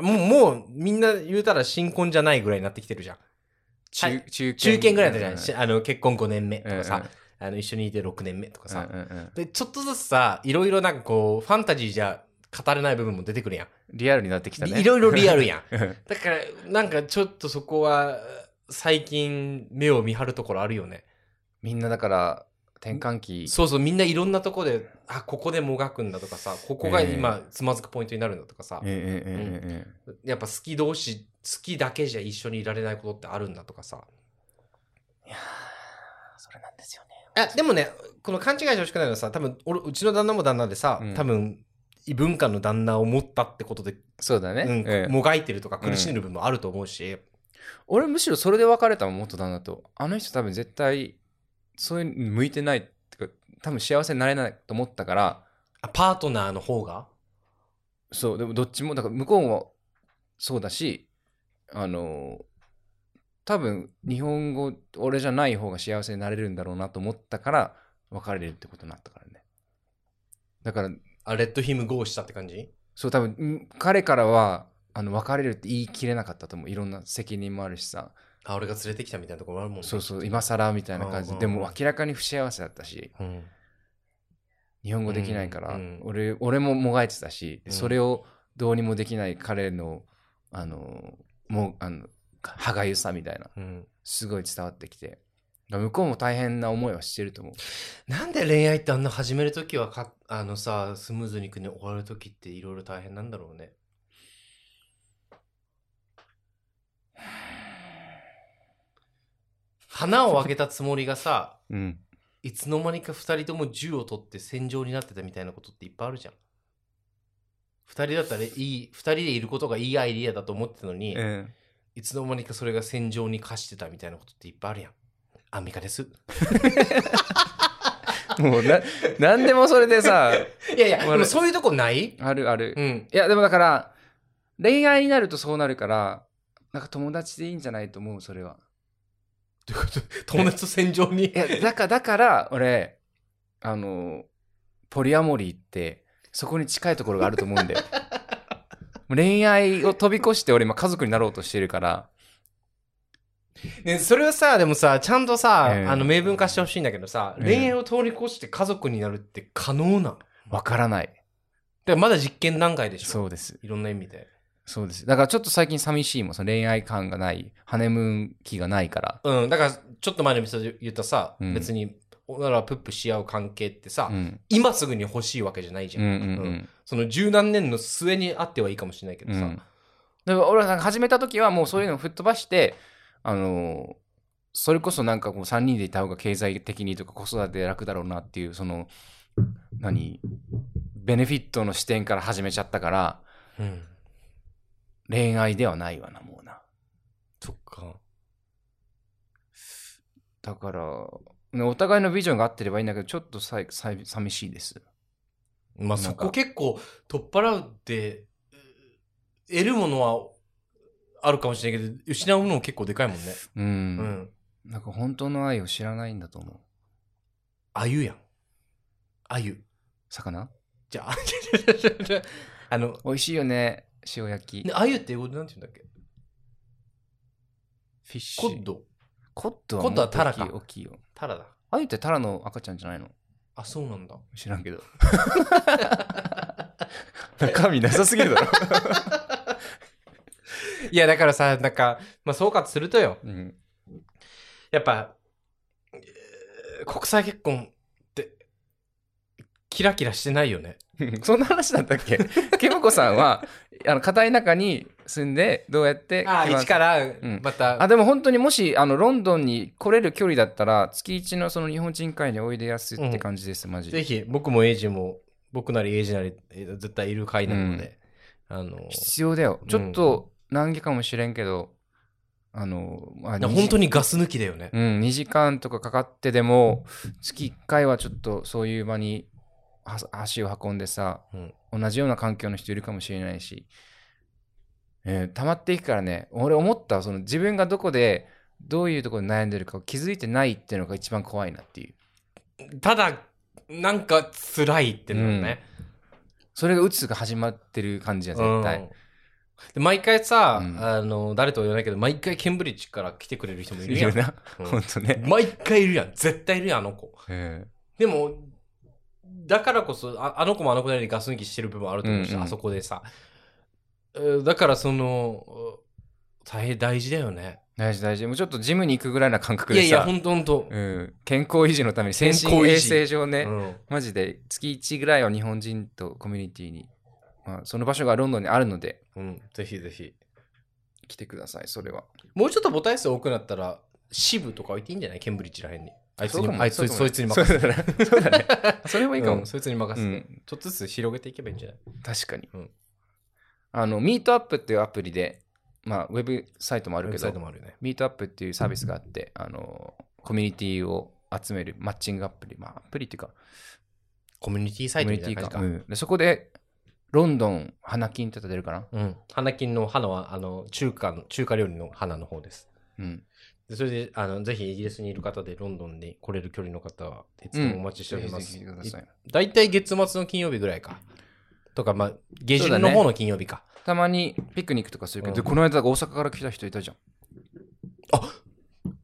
[SPEAKER 1] もう、もう、みんな言うたら新婚じゃないぐらいになってきてるじゃん。
[SPEAKER 2] 中
[SPEAKER 1] はい
[SPEAKER 2] 中堅
[SPEAKER 1] 中堅ぐらいだったじゃん。
[SPEAKER 2] うん
[SPEAKER 1] しあの、結婚5年目とか
[SPEAKER 2] うん
[SPEAKER 1] さ
[SPEAKER 2] うん、
[SPEAKER 1] あの、一緒にいて6年目とかさ。
[SPEAKER 2] うんうんうん
[SPEAKER 1] で、ちょっとずつさ、いろいろなんかこう、ファンタジーじゃ語れない部分も出てくるやん。
[SPEAKER 2] リアルになってきたね
[SPEAKER 1] いろいろリアルやん。
[SPEAKER 2] うん
[SPEAKER 1] だから、なんかちょっとそこは、最近目を見張るところあるよね。
[SPEAKER 2] みんなだから転換期
[SPEAKER 1] そうそう、みんないろんなとこで、あ、ここでもがくんだとかさ、ここが今つまずくポイントになるんだとかさ、
[SPEAKER 2] ええええええええ
[SPEAKER 1] やっぱ好き同士、好きだけじゃ一緒にいられないことってあるんだとかさ。
[SPEAKER 2] それなんですよね
[SPEAKER 1] あでもね、この勘違いしてほしくないのはさ、多分俺、うちの旦那も旦那でさ、
[SPEAKER 2] うん
[SPEAKER 1] 多分、異文化の旦那を持ったってことで、
[SPEAKER 2] そうだね、
[SPEAKER 1] うん
[SPEAKER 2] ええ
[SPEAKER 1] もがいてるとか苦しんでる部分もあると思うし、
[SPEAKER 2] 俺むしろそれで別れたもん元旦那とあの人多分絶対そういうの向いてないってか多分幸せになれないと思ったから
[SPEAKER 1] あパートナーの方が
[SPEAKER 2] そうでもどっちもだから向こうもそうだしあの多分日本語俺じゃない方が幸せになれるんだろうなと思ったから別れるってことになったからねだから
[SPEAKER 1] あ、レッドヒムゴーしたって感じ
[SPEAKER 2] そう多分ん彼からはあの別れるって言い切れなかったと思ういろんな責任もあるしさ
[SPEAKER 1] あ、俺が連れてきたみたいなところもあるもんね。
[SPEAKER 2] そうそう今更みたいな感じ
[SPEAKER 1] うん
[SPEAKER 2] で
[SPEAKER 1] うん
[SPEAKER 2] でも明らかに不幸せだったし
[SPEAKER 1] うん。
[SPEAKER 2] 日本語できないから、
[SPEAKER 1] うんうん
[SPEAKER 2] 俺俺ももがいてたし、
[SPEAKER 1] うん
[SPEAKER 2] それをどうにもできない彼のあのもうあの歯がゆさみたいな
[SPEAKER 1] うん。
[SPEAKER 2] すごい伝わってきてだから向こうも大変な思いはしてると思う
[SPEAKER 1] なんで恋愛ってあんな始めるときはか、あのさ、スムーズにいくのに終わるときっていろいろ大変なんだろうね。花をあげたつもりがさ、
[SPEAKER 2] うん
[SPEAKER 1] いつの間にか二人とも銃を取って戦場になってたみたいなことっていっぱいあるじゃん。二人だったらいい、二人でいることがいいアイディアだと思ってたのに、
[SPEAKER 2] うん
[SPEAKER 1] いつの間にかそれが戦場に化してたみたいなことっていっぱいあるやん。アンミカです。い
[SPEAKER 2] もうな何でもそれで さ
[SPEAKER 1] やいや、
[SPEAKER 2] 俺
[SPEAKER 1] でもそういうとこない
[SPEAKER 2] あるある、
[SPEAKER 1] うん。
[SPEAKER 2] いやでもだから恋愛になるとそうなるからなんか友達でいいんじゃないと思うそれは
[SPEAKER 1] 友達と戦場に
[SPEAKER 2] い。やだからだから俺あのポリアモリーってそこに近いところがあると思うんだ よもう恋愛を飛び越して俺今家族になろうとしてるから
[SPEAKER 1] ね、それはさ、でもさ、ちゃんとさ、
[SPEAKER 2] ええ
[SPEAKER 1] あの、明文化してほしいんだけどさ、
[SPEAKER 2] ええ
[SPEAKER 1] 恋愛を通り越して家族になるって可能なの。
[SPEAKER 2] わからない
[SPEAKER 1] でまだ実験段階でしょ。
[SPEAKER 2] そうです
[SPEAKER 1] いろんな意味で。
[SPEAKER 2] そうですだからちょっと最近寂しいもんその恋愛感がないハネムーン期がないから、
[SPEAKER 1] うん、だから、ちょっと前のミスで言ったさ、
[SPEAKER 2] うん
[SPEAKER 1] 別に、ならプップし合う関係ってさ、
[SPEAKER 2] うん、
[SPEAKER 1] 今すぐに欲しいわけじゃないじ
[SPEAKER 2] う
[SPEAKER 1] ゃ
[SPEAKER 2] ん
[SPEAKER 1] ん。
[SPEAKER 2] うんうん、
[SPEAKER 1] うんその十何年の末にあってはいいかもしれないけどさ。
[SPEAKER 2] うん、でも俺はなんか始めた時はもうそういうのを吹っ飛ばしてあのーそれこそなんかこう3人でいた方が経済的にとか子育て楽だろうなっていうその何ベネフィットの視点から始めちゃったから
[SPEAKER 1] うん。
[SPEAKER 2] 恋愛ではないわなもうな
[SPEAKER 1] そっか。
[SPEAKER 2] だからねお互いのビジョンが合ってればいいんだけどちょっとさいさい寂しいです
[SPEAKER 1] まあ
[SPEAKER 2] なん
[SPEAKER 1] そ
[SPEAKER 2] か
[SPEAKER 1] こ結構取っ払うってう得るものはあるかもしれないけど失うものも結構でかいもんね。
[SPEAKER 2] うん、
[SPEAKER 1] うん。
[SPEAKER 2] なんか本当の愛を知らないんだと思う
[SPEAKER 1] あゆやん。あゆ。
[SPEAKER 2] 魚
[SPEAKER 1] じゃあ、 あの、
[SPEAKER 2] 美味しいよね塩焼き
[SPEAKER 1] ねあゆって英語でなんて言うんだっけ
[SPEAKER 2] フィッシ
[SPEAKER 1] コ
[SPEAKER 2] ュ
[SPEAKER 1] ッド。
[SPEAKER 2] コッドは
[SPEAKER 1] コッドはタラか
[SPEAKER 2] もっと大きいよ
[SPEAKER 1] タラだ。
[SPEAKER 2] あゆってタラの赤ちゃんじゃないの
[SPEAKER 1] あ、そうなんだ。
[SPEAKER 2] 知らんけど 中身なさすぎるだろ、
[SPEAKER 1] いや、だからさ、なんか、まあ総括するとよ。
[SPEAKER 2] うん、
[SPEAKER 1] やっぱ、えー国際結婚って、キラキラしてないよね。
[SPEAKER 2] そんな話だったっ けケムコさんはあの硬い中に住んでどうやって
[SPEAKER 1] あ、一から
[SPEAKER 2] ん、
[SPEAKER 1] また、
[SPEAKER 2] あでも本当にもしあのロンドンに来れる距離だったら月一のその日本人会においでやすって感じです、マジ
[SPEAKER 1] ぜ
[SPEAKER 2] で
[SPEAKER 1] ひ、僕もエイジも、僕なりエイジなり、えー絶対いる会なので、あの、
[SPEAKER 2] 必要だよちょっと難儀かもしれんけど、あの、まあ、
[SPEAKER 1] な本当にガス抜きだよね。
[SPEAKER 2] うん、2時間とかかかってでも月1回はちょっとそういう場には足を運んでさ、同じような環境の人いるかもしれないし、えー溜まっていくからね俺思ったその自分がどこでどういうところで悩んでるかを気づいてないっていうのが一番怖いなっていう
[SPEAKER 1] ただ、なんか辛いってのね。
[SPEAKER 2] それがうつが始まってる感じや
[SPEAKER 1] うん
[SPEAKER 2] 絶対、
[SPEAKER 1] で毎回さ、
[SPEAKER 2] うん
[SPEAKER 1] あの、誰とは言わないけど、毎回ケンブリッジから来てくれる人もいる
[SPEAKER 2] い
[SPEAKER 1] や
[SPEAKER 2] る
[SPEAKER 1] ん。
[SPEAKER 2] な、
[SPEAKER 1] うん
[SPEAKER 2] ほんとね、
[SPEAKER 1] 毎回いるやん。絶対いるやん、あの子。
[SPEAKER 2] うん
[SPEAKER 1] でも、だからこそ、ああの子もあの子なりにガス抜きしてる部分あると思うし、
[SPEAKER 2] うんうん
[SPEAKER 1] あそこでさ。えーだから、その、大変大事だよね。
[SPEAKER 2] 大事大事もうちょっとジムに行くぐらいな感覚
[SPEAKER 1] い
[SPEAKER 2] で
[SPEAKER 1] や
[SPEAKER 2] さ
[SPEAKER 1] いや、ほんとほんと。
[SPEAKER 2] うん、健康維持のために精
[SPEAKER 1] 健
[SPEAKER 2] 神
[SPEAKER 1] 康維
[SPEAKER 2] 衛
[SPEAKER 1] 持
[SPEAKER 2] 生上ね、
[SPEAKER 1] うん
[SPEAKER 2] マジで月1ぐらいは日本人とコミュニティに、まあ、その場所がロンドンにあるので
[SPEAKER 1] うん、ぜひぜひ。
[SPEAKER 2] 来てくださいそれは
[SPEAKER 1] もうちょっと母体数多くなったら、支部とか置いていいんじゃないケンブリッジらへんに。あいつ
[SPEAKER 2] そう
[SPEAKER 1] に
[SPEAKER 2] かも
[SPEAKER 1] あいつ
[SPEAKER 2] そうかも
[SPEAKER 1] そいつに任せ
[SPEAKER 2] そうだねそうだねそれもいいか も、
[SPEAKER 1] うんそいつに任せて
[SPEAKER 2] う。
[SPEAKER 1] ちょっとずつ広げていけばいいんじゃない
[SPEAKER 2] 確かに、
[SPEAKER 1] うん
[SPEAKER 2] あのミートアップっていうアプリで、まあ、ウェブサイトもあ
[SPEAKER 1] あ
[SPEAKER 2] るけ
[SPEAKER 1] サイ
[SPEAKER 2] ど
[SPEAKER 1] トもあるよね。
[SPEAKER 2] ミートアップっていうサービスがあってあのコミュニティを集めるマッチングアプリ、まあ、アプリっていうか
[SPEAKER 1] コミュニティサ
[SPEAKER 2] コ
[SPEAKER 1] イト
[SPEAKER 2] ミュ
[SPEAKER 1] み
[SPEAKER 2] ニ
[SPEAKER 1] たい
[SPEAKER 2] ティ
[SPEAKER 1] な
[SPEAKER 2] か
[SPEAKER 1] 感じ
[SPEAKER 2] うんでそこでロンドン花金ってやったら出るかな
[SPEAKER 1] か。うん。花金の花は、あの、中華の、中華料理の花の方です。
[SPEAKER 2] うん。
[SPEAKER 1] でそれで、あの、ぜひイギリスにいる方で、ロンドンに来れる距離の方は、いつもお待ちしております
[SPEAKER 2] ぜひぜひ来てくださ。い
[SPEAKER 1] 大体、月末の金曜日ぐらいか。とか、まあ、下
[SPEAKER 2] そうだ
[SPEAKER 1] 旬の
[SPEAKER 2] ね
[SPEAKER 1] 方の金曜日か。
[SPEAKER 2] たまにピクニックとかするけど、
[SPEAKER 1] うん
[SPEAKER 2] でこの間大阪から来た人いたじゃん。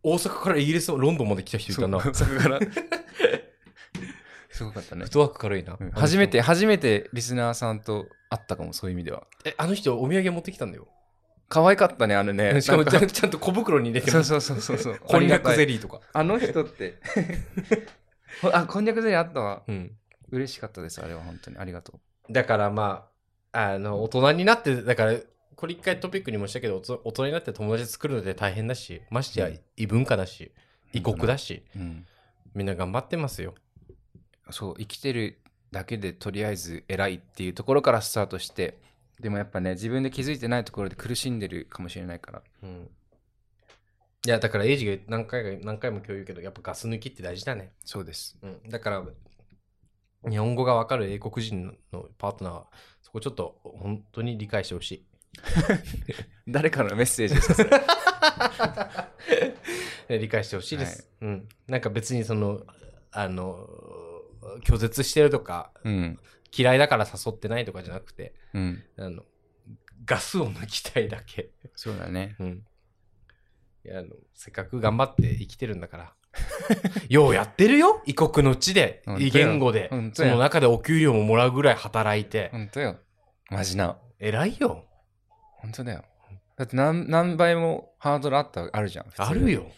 [SPEAKER 1] 大阪からイギリス、ロンドンまで来た人いたな。
[SPEAKER 2] そう
[SPEAKER 1] フ
[SPEAKER 2] 大阪から。 すごかったね
[SPEAKER 1] ッ。トワーク軽いなあ
[SPEAKER 2] うん。
[SPEAKER 1] の人
[SPEAKER 2] 初め。て、初めてリスナーさんと会ったかも、そういう意味では。
[SPEAKER 1] え、あの人、お土産持ってきたんだ よ。
[SPEAKER 2] 可愛かったね、あのね。
[SPEAKER 1] しかも
[SPEAKER 2] なん
[SPEAKER 1] ちゃん、ちゃんと小袋に入れて
[SPEAKER 2] そ
[SPEAKER 1] ま
[SPEAKER 2] う
[SPEAKER 1] す。
[SPEAKER 2] そうそうそう そう。
[SPEAKER 1] こんにゃくゼ
[SPEAKER 2] リー。
[SPEAKER 1] リーとか。
[SPEAKER 2] あの人って。 あ、こんにゃくゼリーあったわ。
[SPEAKER 1] うん。
[SPEAKER 2] 嬉しかったです、あれは本当に。ありがと
[SPEAKER 1] だから、まあ、あの、大人になって、だから、これ一回トピックにもしたけど、おつ大人になって友達作るので大変だし、ましてや異文化だし、異国だし、
[SPEAKER 2] う。うん。
[SPEAKER 1] みんな頑張ってますよ。
[SPEAKER 2] そう、生きてるだけでとりあえず偉いっていうところからスタートして、でもやっぱね、自分で気づいてないところで苦しんでるかもしれないから。
[SPEAKER 1] うん。いや、だから、エイジが何回か、何回も共有けど、やっぱガス抜きって大事だね。
[SPEAKER 2] そうです。
[SPEAKER 1] うん。だから、日本語がわかる英国人のパートナーは、そこちょっと本当に理解してほしい。
[SPEAKER 2] 誰からのメッセージですかそれ
[SPEAKER 1] え理解してほしいです、うん。なんか別にその、あの、拒絶してるとか、
[SPEAKER 2] うん。
[SPEAKER 1] 嫌いだから誘ってないとかじゃなくて、
[SPEAKER 2] うん。
[SPEAKER 1] あの、ガスを抜きたいだけ。
[SPEAKER 2] そうだね。
[SPEAKER 1] うん。いや、あの、せっかく頑張って生きてるんだから。 ようやってるよ異国の地で
[SPEAKER 2] 本、当よ
[SPEAKER 1] 異言語で
[SPEAKER 2] 本、当
[SPEAKER 1] そ
[SPEAKER 2] よ
[SPEAKER 1] の中でお給料ももらうぐらい働いて、
[SPEAKER 2] 本当よ。マジな。
[SPEAKER 1] 偉いよ。
[SPEAKER 2] 本当だよ。だって何何倍もハードルあったあるじゃん。普通に
[SPEAKER 1] ある。よ。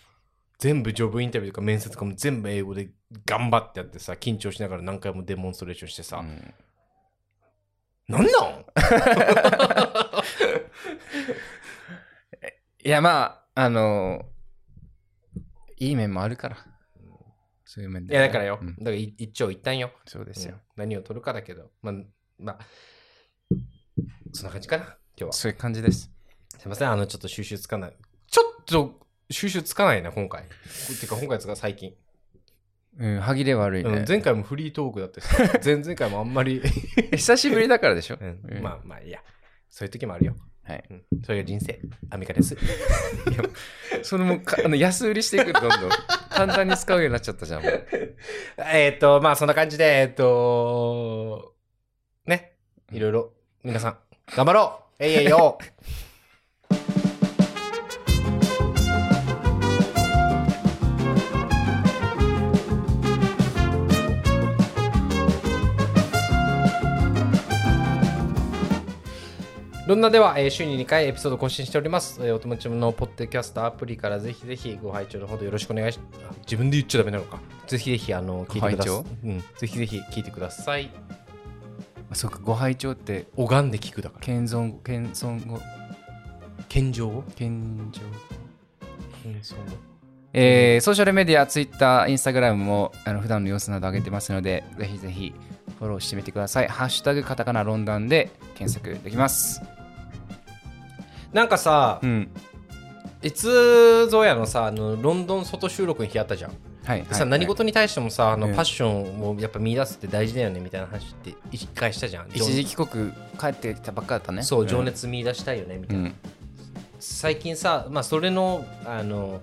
[SPEAKER 1] 全部ジョブインタビューとか面接とかも全部英語で頑張ってやってさ、緊張しながら何回もデモンストレーションしてさ、
[SPEAKER 2] うん
[SPEAKER 1] なんなん
[SPEAKER 2] いや、まあ、あのいい面もあるから。そういう 面
[SPEAKER 1] い
[SPEAKER 2] で。
[SPEAKER 1] やだからよ、
[SPEAKER 2] うん
[SPEAKER 1] だからい一長一短よ。
[SPEAKER 2] そうですよ
[SPEAKER 1] うん。何を取るかだけど、まあ、まあ、そんな感じかな、今日は。
[SPEAKER 2] そういう感じです。
[SPEAKER 1] すいません、あの、ちょっと収集つかない。ちょっと収集つかないな、今回。てか、今回つか最近。
[SPEAKER 2] うん、歯切れ悪い
[SPEAKER 1] うん
[SPEAKER 2] ね。
[SPEAKER 1] 前回もフリートークだったし、 前々回もあんまり、
[SPEAKER 2] 久しぶりだからでしょ。
[SPEAKER 1] うん
[SPEAKER 2] う ん
[SPEAKER 1] まあまあ、いいや。そういう時もあるよ。
[SPEAKER 2] はい
[SPEAKER 1] うんそれが人生。アミカです。
[SPEAKER 2] それもかあの安売りしていくどんどん 簡単に使うようになっちゃったじゃんもう
[SPEAKER 1] えーっと、まあそんな感じで、えーっと、ね、いろいろ、皆さん、頑張ろうえいえいよロンナでは、えー週に2回エピソード更新しております。えーお友達のポッドキャストアプリからぜひぜひご拝聴のほどよろしくお願いします。自分で言っちゃダメなのか。ぜひぜひ、あの、聞いてください
[SPEAKER 2] ご拝聴。
[SPEAKER 1] うん。ぜひぜひ聞いてください。
[SPEAKER 2] あ そうかご拝聴って
[SPEAKER 1] 拝んで聞くだから。
[SPEAKER 2] 謙遜謙遜語
[SPEAKER 1] 謙譲を
[SPEAKER 2] 謙譲
[SPEAKER 1] 謙遜を。
[SPEAKER 2] えーソーシャルメディア Twitter、Instagram もあの普段の様子など上げてますのでぜひぜひフォローしてみてくださいハッシュタグカタカナロンダンで検索できます
[SPEAKER 1] なんかさ、
[SPEAKER 2] うん
[SPEAKER 1] いつぞやのさあのロンドン外収録の日あったじゃん、
[SPEAKER 2] はい
[SPEAKER 1] でさ
[SPEAKER 2] はい
[SPEAKER 1] 何事に対してもさあの、
[SPEAKER 2] うん
[SPEAKER 1] パッションをやっぱ見出すって大事だよねみたいな話って一回したじゃん
[SPEAKER 2] 一時帰国帰ってきたばっかだったね
[SPEAKER 1] そう情熱見出したいよねみた
[SPEAKER 2] う
[SPEAKER 1] いな、
[SPEAKER 2] ん
[SPEAKER 1] 最近さ、まあ、それのあの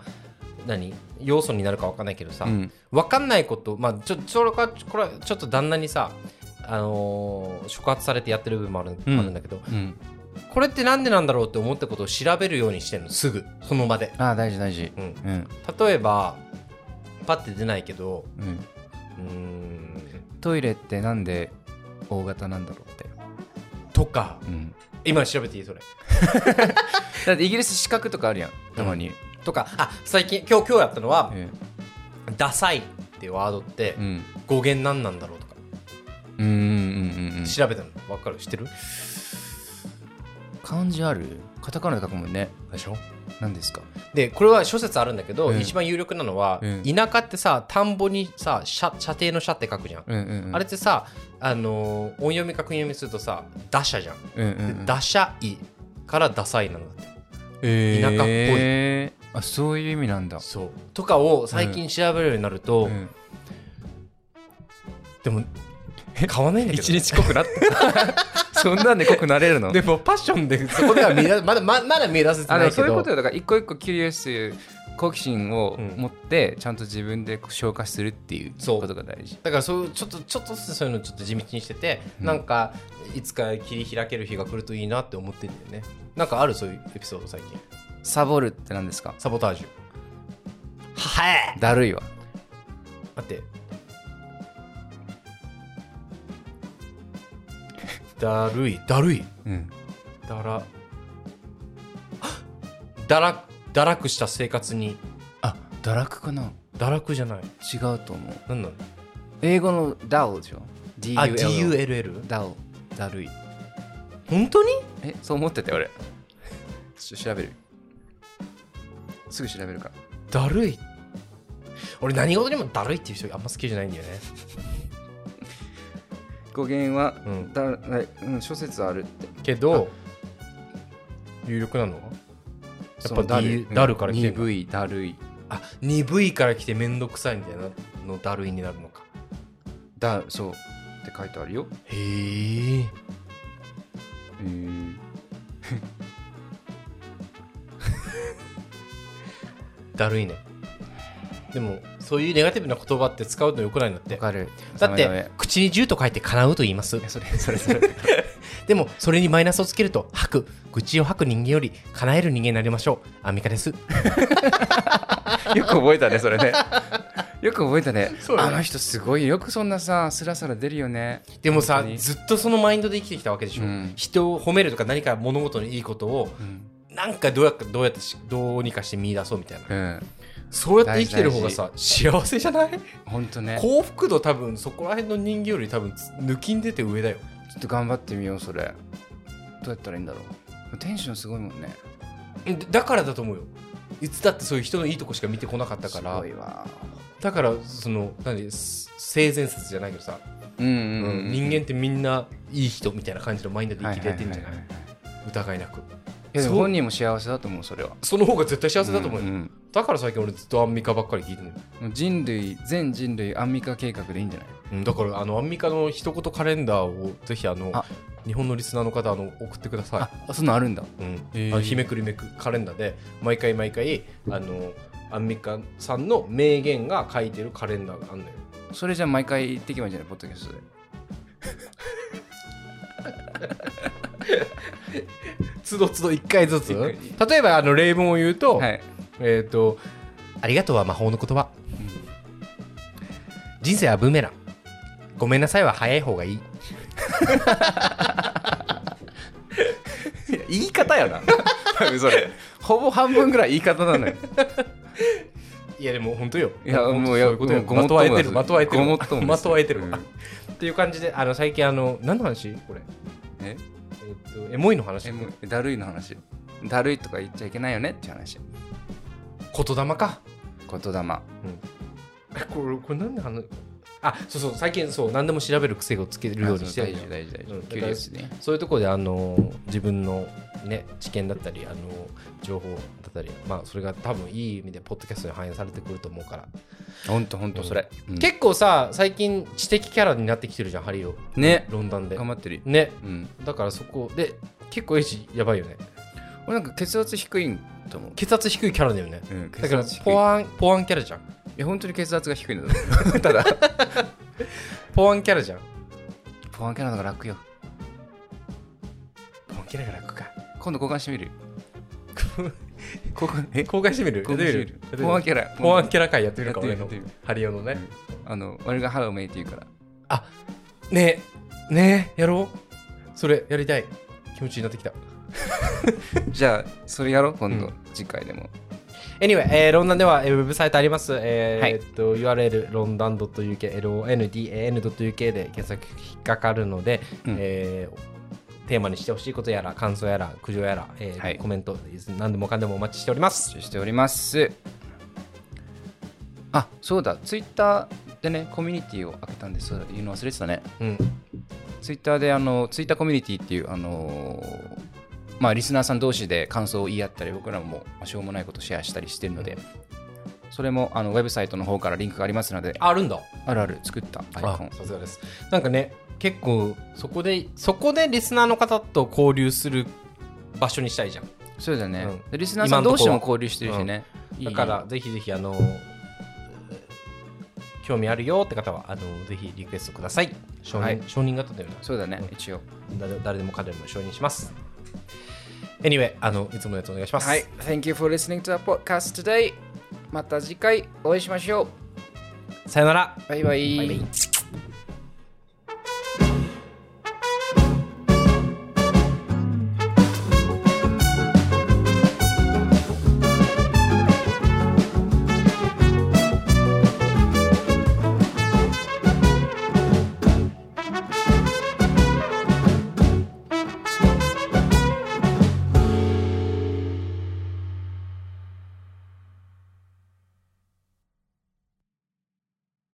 [SPEAKER 1] 何要素になるか分かんないけどさ、
[SPEAKER 2] う
[SPEAKER 1] わ
[SPEAKER 2] ん
[SPEAKER 1] 分かんないこと、まあ、ちょそれかこれはちょっと旦那にさあのー触発されてやってる部分もある,、
[SPEAKER 2] うん
[SPEAKER 1] あるんだけど
[SPEAKER 2] うん
[SPEAKER 1] これってなんでなんだろうって思ったことを調べるようにしてんのすぐその場で、
[SPEAKER 2] ああ大事大事
[SPEAKER 1] うん、
[SPEAKER 2] うん
[SPEAKER 1] 例えばパッて出ないけど
[SPEAKER 2] うん
[SPEAKER 1] うーん
[SPEAKER 2] トイレってなんで大型なんだろうって、
[SPEAKER 1] とか
[SPEAKER 2] うん、
[SPEAKER 1] 今調べていいそれ
[SPEAKER 2] だってイギリス資格とかあるやんたまに、
[SPEAKER 1] とかあ最近今日今日やったのは
[SPEAKER 2] え
[SPEAKER 1] 「ダサい」っていうワードって
[SPEAKER 2] えうん
[SPEAKER 1] 語源何なんだろうとか
[SPEAKER 2] うんうんうんうん
[SPEAKER 1] 調べたの分かる知ってる
[SPEAKER 2] 漢字あるカタカナで書くもんね
[SPEAKER 1] でしょ
[SPEAKER 2] 何ですか
[SPEAKER 1] でこれは諸説あるんだけど、
[SPEAKER 2] うん
[SPEAKER 1] 一番有力なのは、
[SPEAKER 2] うん
[SPEAKER 1] 田舎ってさ田んぼにさ射射程の射って書くじゃん、
[SPEAKER 2] うんうん、うん、
[SPEAKER 1] あれってさ、あのー音読みか訓読みするとさ「打者」じゃん。
[SPEAKER 2] うんうん
[SPEAKER 1] で
[SPEAKER 2] うん、
[SPEAKER 1] 打者い」から「ダサい」なんだって
[SPEAKER 2] え
[SPEAKER 1] 田舎っぽい
[SPEAKER 2] えあそういう意味なんだ
[SPEAKER 1] そうとかを最近調べるようになると、
[SPEAKER 2] うん
[SPEAKER 1] でも買わないんだけど、
[SPEAKER 2] 一日濃くなった そんなんで濃くなれるの
[SPEAKER 1] でもパッションでそこでは見 だまだままだ見出せて
[SPEAKER 2] あ
[SPEAKER 1] な
[SPEAKER 2] の
[SPEAKER 1] いけ
[SPEAKER 2] そういう
[SPEAKER 1] ど
[SPEAKER 2] ことよだから一個一個キュリオスという好奇心を持ってちゃんと自分で消化するっていう
[SPEAKER 1] そう
[SPEAKER 2] ことが大事
[SPEAKER 1] だからそうちょっとちょっとずつそういうのちょっと地道にしてて、
[SPEAKER 2] うん
[SPEAKER 1] なんかいつか切り開ける日が来るといいなって思ってんだよねなんかあるそういうエピソード最近
[SPEAKER 2] サボるって何ですか
[SPEAKER 1] サボタージュはい
[SPEAKER 2] だるいわ
[SPEAKER 1] 待ってだるいだるい
[SPEAKER 2] うん
[SPEAKER 1] だら だら堕落した生活に
[SPEAKER 2] あ堕落かな
[SPEAKER 1] 堕落じゃない
[SPEAKER 2] 違うと思う
[SPEAKER 1] なんなの
[SPEAKER 2] 英語の DAO でしょ
[SPEAKER 1] あ
[SPEAKER 2] DUL
[SPEAKER 1] DULL
[SPEAKER 2] DAO
[SPEAKER 1] だるい本当に
[SPEAKER 2] えそう思ってたよ俺ちょ調べるすぐ調べるから
[SPEAKER 1] だるい俺何事にもだるいっていう人あんま好きじゃないんだよね
[SPEAKER 2] 語源は、
[SPEAKER 1] うん
[SPEAKER 2] だえうん、諸説あるって
[SPEAKER 1] けど有力なのは
[SPEAKER 2] その
[SPEAKER 1] だる
[SPEAKER 2] うん
[SPEAKER 1] だるから来てるの
[SPEAKER 2] 鈍いだるい
[SPEAKER 1] あ鈍いから来てめんどくさいみたいなのだるいになるのか
[SPEAKER 2] だそうって書いてあるよ
[SPEAKER 1] へえ
[SPEAKER 2] えー
[SPEAKER 1] だるいねでもそういうネガティブな言葉って使うのよくないんだっ
[SPEAKER 2] わ
[SPEAKER 1] て
[SPEAKER 2] かる
[SPEAKER 1] だっ
[SPEAKER 2] ダメダ
[SPEAKER 1] て
[SPEAKER 2] メ
[SPEAKER 1] 口に銃と書いて叶うと言います
[SPEAKER 2] いやそれそれ それ
[SPEAKER 1] でもそれにマイナスをつけると吐く愚痴を吐く人間より叶える人間になりましょうアンミカです
[SPEAKER 2] よく覚えたねそれね よく覚えたね
[SPEAKER 1] そうだ
[SPEAKER 2] あ
[SPEAKER 1] ね
[SPEAKER 2] の人すごいよくそんなさスラスラ出るよね
[SPEAKER 1] でもさ
[SPEAKER 2] 本当に
[SPEAKER 1] ずっとそのマインドで生きてきたわけでしょ、
[SPEAKER 2] うん
[SPEAKER 1] 人を褒めるとか何か物事のいいことを
[SPEAKER 2] うん、
[SPEAKER 1] なんかどうやってどうやってしどうにかして見出そうみたいな、
[SPEAKER 2] うん、
[SPEAKER 1] そうやって生きてる方がさ幸せじゃない
[SPEAKER 2] ほんとねち
[SPEAKER 1] 幸
[SPEAKER 2] ょ
[SPEAKER 1] 福度多分そこら辺の人間より多分つ抜きん出て上だよ
[SPEAKER 2] っと頑張ってみようそれどうやったらいいんだろうテンションすごいもんね
[SPEAKER 1] んだからだと思うよいつだってそういう人のいいとこしか見てこなかったか
[SPEAKER 2] す
[SPEAKER 1] ら
[SPEAKER 2] ごいわ
[SPEAKER 1] だからその何す性善説じゃないけどさ、
[SPEAKER 2] うんうん、
[SPEAKER 1] うん人間ってみんないい人みたいな感じのマインドで生きれてんじゃない,、
[SPEAKER 2] はははは
[SPEAKER 1] 疑いなく
[SPEAKER 2] いやで
[SPEAKER 1] そ
[SPEAKER 2] も
[SPEAKER 1] う
[SPEAKER 2] 本人も幸せだと思うそれは
[SPEAKER 1] その方が絶対幸せだと思うよ、
[SPEAKER 2] んん
[SPEAKER 1] だから最近俺ずっとアンミカばっかり聞いてるのよ、
[SPEAKER 2] もう人類全人類アンミカ計画でいいんじゃない
[SPEAKER 1] うん、だからあのアンミカの一言カレンダーをぜひあの
[SPEAKER 2] あ
[SPEAKER 1] 日本のリスナーの方あの送ってください
[SPEAKER 2] あそんなんあるんだ
[SPEAKER 1] うん
[SPEAKER 2] へー
[SPEAKER 1] あの日めくりめくカレンダーで毎回毎回あのアンミカさんの名言が書いてるカレンダーがあるのよ。
[SPEAKER 2] それじゃあ毎回言っていけばいいんじゃないポッドキャストで
[SPEAKER 1] つどつど1回ずつ
[SPEAKER 2] 一回
[SPEAKER 1] 例えばあの例文を言うと,、
[SPEAKER 2] はい、
[SPEAKER 1] えー、と「ありがとうは魔法の言葉」人生はブーメランごめんなさいは早い方がいい」
[SPEAKER 2] 言い方やな多 分それほぼ半分ぐらい言い方なのよ
[SPEAKER 1] いやでも本当よ
[SPEAKER 2] いや
[SPEAKER 1] 本当
[SPEAKER 2] も
[SPEAKER 1] そ
[SPEAKER 2] う
[SPEAKER 1] う
[SPEAKER 2] いや
[SPEAKER 1] いうことよ
[SPEAKER 2] もうごもっ
[SPEAKER 1] ま
[SPEAKER 2] と
[SPEAKER 1] と
[SPEAKER 2] も
[SPEAKER 1] わ
[SPEAKER 2] で
[SPEAKER 1] えて
[SPEAKER 2] す
[SPEAKER 1] るまとわえてる
[SPEAKER 2] ごもっともです
[SPEAKER 1] まとわえてる、
[SPEAKER 2] うん
[SPEAKER 1] っていう感じであの最近あの何の話これ、
[SPEAKER 2] え
[SPEAKER 1] えー、とエモいの話
[SPEAKER 2] えもうだるいの話だるいとか言っちゃいけないよねっていう話
[SPEAKER 1] 言霊か
[SPEAKER 2] 言
[SPEAKER 1] これ
[SPEAKER 2] 霊
[SPEAKER 1] これなんで話あそうそう最近そう何でも調べる癖をつけるようにしてる
[SPEAKER 2] 大事大事大
[SPEAKER 1] う
[SPEAKER 2] 事
[SPEAKER 1] ん
[SPEAKER 2] キュリオスね
[SPEAKER 1] そういうところであの自分のね知見だったりあの情報だったりまあそれが多分いい意味でポッドキャストに反映されてくると思うから、
[SPEAKER 2] ほんとほんとそれ、うん
[SPEAKER 1] 結構さ最近知的キャラになってきてるじゃんハリーを
[SPEAKER 2] ね
[SPEAKER 1] 論壇で
[SPEAKER 2] 頑張ってるよ
[SPEAKER 1] ね
[SPEAKER 2] うん
[SPEAKER 1] だからそこで結構エイジやばいよね
[SPEAKER 2] 俺なんか血圧低いんと思う
[SPEAKER 1] 血圧低いキャラだよね
[SPEAKER 2] うん、
[SPEAKER 1] だ
[SPEAKER 2] 血
[SPEAKER 1] から
[SPEAKER 2] 圧低い
[SPEAKER 1] ポワンポワンキャラじゃん
[SPEAKER 2] いや本当に血圧が低い んだと思うただ
[SPEAKER 1] ポワンキャラじゃん
[SPEAKER 2] ポワンキャラの方が楽よ
[SPEAKER 1] ポワンキャラが楽か
[SPEAKER 2] 今度交換してみる交換え
[SPEAKER 1] 公開してみる
[SPEAKER 2] 交換してみるポワンキャラ
[SPEAKER 1] ポワン
[SPEAKER 2] ャ
[SPEAKER 1] キャラ会やってみるか
[SPEAKER 2] や
[SPEAKER 1] 俺
[SPEAKER 2] ってみ
[SPEAKER 1] の
[SPEAKER 2] るやってみ
[SPEAKER 1] ハリオのね
[SPEAKER 2] ラあの俺が歯をめいて言うから
[SPEAKER 1] ねえねえやろうそれやりたい気持ちになってきた
[SPEAKER 2] じゃあそれやろう今度、
[SPEAKER 1] う
[SPEAKER 2] 次回でも
[SPEAKER 1] Anyway、えー、ロンダンでは、えーウェブサイトあります。えー
[SPEAKER 2] はい
[SPEAKER 1] えっと URL ロンダン .uk、londan.uk で検索引っかかるので、
[SPEAKER 2] うん
[SPEAKER 1] えーテーマにしてほしいことやら、感想やら、苦情やら、えー
[SPEAKER 2] はい
[SPEAKER 1] コメント、何でもかんでもお待ちしております。
[SPEAKER 2] 募集しておりますあそうだツイッターでねコミュニティを開けたんでそう言うの忘れてたね
[SPEAKER 1] うん。
[SPEAKER 2] ツイッターであのツイッターコミュニティっていうあのーまあリスナーさん同士で感想を言い合ったり僕らもまあしょうもないことをシェアしたりしてるので、それもあのウェブサイトの方からリンクがありますのであ
[SPEAKER 1] ああるんだ。
[SPEAKER 2] あるある作ったアイコン
[SPEAKER 1] さすがです。なんかね、結構そこでそこでリスナーの方と交流する場所にしたいじゃん
[SPEAKER 2] そうだね、
[SPEAKER 1] うん
[SPEAKER 2] でリスナーさ
[SPEAKER 1] 今
[SPEAKER 2] んど
[SPEAKER 1] の
[SPEAKER 2] う
[SPEAKER 1] と
[SPEAKER 2] して
[SPEAKER 1] こ
[SPEAKER 2] も
[SPEAKER 1] は
[SPEAKER 2] 交流してるしね、いい
[SPEAKER 1] だからぜひぜひあの興味あるよって方はあのぜひリクエストください承認,、
[SPEAKER 2] はい
[SPEAKER 1] 承認型だよね
[SPEAKER 2] そうだね、
[SPEAKER 1] うん
[SPEAKER 2] 一応
[SPEAKER 1] 誰誰でも彼でも承認します Anyway あのいつものやつお願いします、
[SPEAKER 2] はい、Thank you for listening to the podcast today また次回お会いしましょ
[SPEAKER 1] さよなら
[SPEAKER 2] うバイバイ
[SPEAKER 1] バイバイ